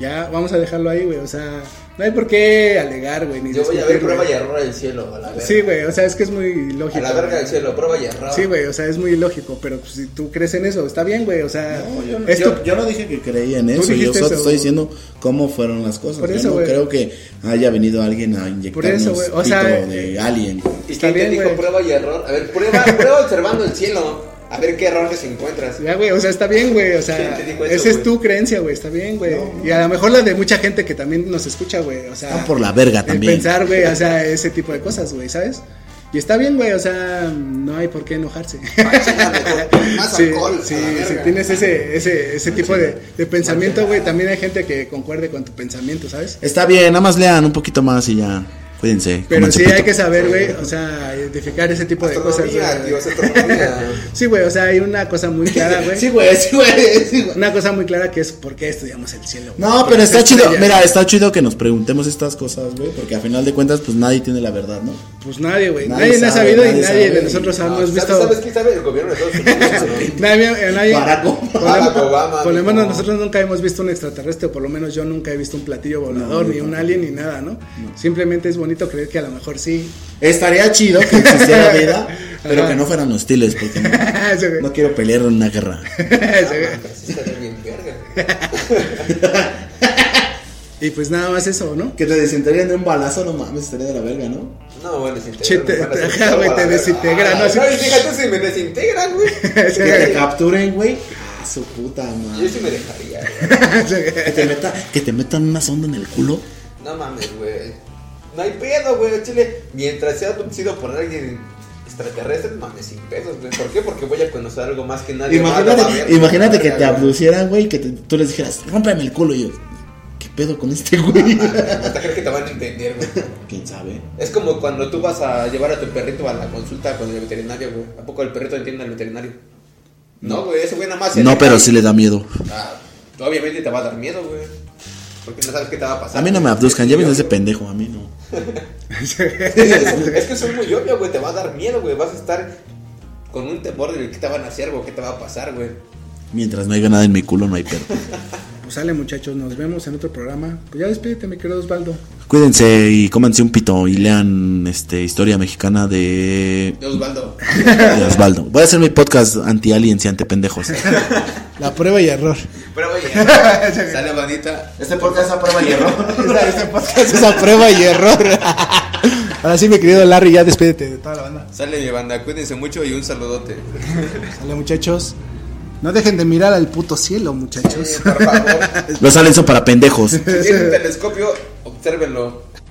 Ya, vamos a dejarlo ahí, güey. O sea, no hay por qué alegar, güey. Ni Yo voy a discutir, ver prueba güey. y error del cielo, a la verga. Sí, güey. O sea, es que es muy a lógico. la verga güey. del cielo, prueba y error. Sí, güey. O sea, es muy lógico. Pero pues, si tú crees en eso, está bien, güey. O sea, yo, no- es tu- yo- yo no dije que creía en Tú eso, yo dijiste solo te eso. estoy diciendo cómo fueron las cosas. Por yo eso, no güey. creo que haya venido alguien a Por eso, inyectarnos güey, o pito sea, de alien. ¿Y quién te Está bien, dijo güey. prueba y error? A ver, prueba, prueba observando el cielo. A ver qué errores encuentras. Ya, güey, o sea, está bien, güey, o ¿Quién sea, te dijo eso, esa es güey? tu creencia, güey, está bien, güey. Y a lo mejor la de mucha gente que también nos escucha, güey, o sea. Están por la verga el también. Eh, pensar, güey, o sea, ese tipo de cosas, güey, ¿sabes? Y está bien, güey, o sea, no hay por qué enojarse. Más Sí, alcohol, sí, a la si verga. tienes ese, ese, ese tipo de, de pensamiento, güey, también hay gente que concuerde con tu pensamiento, ¿sabes? Está bien, nada más lean un poquito más y ya. Cuídense. Pero cómanse sí hay pito. que saber, güey, o sea, identificar ese tipo de cosas. Astronomía, güey. tío, es astronomía. Sí, güey, o sea, hay una cosa muy clara, güey. Sí, güey, sí, güey. Sí, güey. Una cosa muy clara que es por qué estudiamos el cielo. güey. No, Por pero las está chido. estrellas. Mira, está chido que nos preguntemos estas cosas, güey, porque a final de cuentas, pues nadie tiene la verdad, ¿no? Pues nadie, güey. Nadie Nadie, la ha sabe, sabido y nadie nadie sabe. de nosotros No, hemos ¿sabes- visto. ¿Sabes quién sabe? El gobierno de todos Nadie, eh, nadie- Barack Obama. por lo- Barack Obama, por lo dijo. menos nosotros nunca hemos visto un extraterrestre, o por lo menos yo nunca he visto un platillo volador, ni un alien, ni nada, ¿no? Simplemente es bonito creer que a lo mejor sí. Estaría chido que existiera vida, pero Ajá. que no fueran hostiles, porque no, Ese güey. no quiero pelear en una guerra. Ese güey. bien verga. y pues nada más eso, ¿no? Que te desentarían de un balazo, no mames, estaría de la verga, ¿no? No, bueno, Che, desintegra. no van te- a te- aceptar, güey, te van a- desintegra, Ah, ¿no? Así- Fíjate si me desintegran, güey. Ese Que te güey. capturen, güey. Su puta Yo madre. sí me dejaría, güey. Que te, meta- que te metan una sonda en el culo. No mames, güey. No hay pedo, güey, al chile. Mientras sea abducido por alguien extraterrestre, mames, sin pedos, güey. ¿Por qué? Porque voy a conocer algo más que nadie. más lo va a ver. Imagínate, imagínate que te Verga, güey. abducieran, güey, que te- tú les dijeras, rómpeme el culo. Y yo, ¿qué pedo con este güey? Hasta creo que te van a entender, güey. ¿Quién sabe? Es como cuando tú vas a llevar a tu perrito a la consulta con el veterinario, güey. ¿A poco el perrito entiende al veterinario? No, güey, ese güey nada más. se No, aleja pero y- sí le da miedo. Ah, obviamente te va a dar miedo, güey. Porque no sabes qué te va a pasar. A mí no me güey. abduzcan, Es llévense a obvio. ese pendejo, a mí no. es que son muy obvio, güey. Te va a dar miedo, güey. Vas a estar con un temor de qué te van a hacer, güey. ¿Qué te va a pasar, güey? Mientras no haya nada en mi culo, no hay perro. Pues sale muchachos, nos vemos en otro programa. Pues ya despídete, mi querido Osvaldo. Cuídense y cómanse un pito y lean este historia mexicana de, De Osvaldo. de Osvaldo. Voy a hacer mi podcast anti-aliens y anti-pendejos. La prueba y error. Pero oye, sale bandita. Este podcast a prueba y error. Esa prueba y error. Ahora sí, mi querido Larry, ya despídete de toda la banda. Sale mi banda. Cuídense mucho y un saludote. Sale muchachos. No dejen de mirar al puto cielo, muchachos. Por favor. Los aliens son para pendejos. Si tienen un telescopio, obsérvenlo.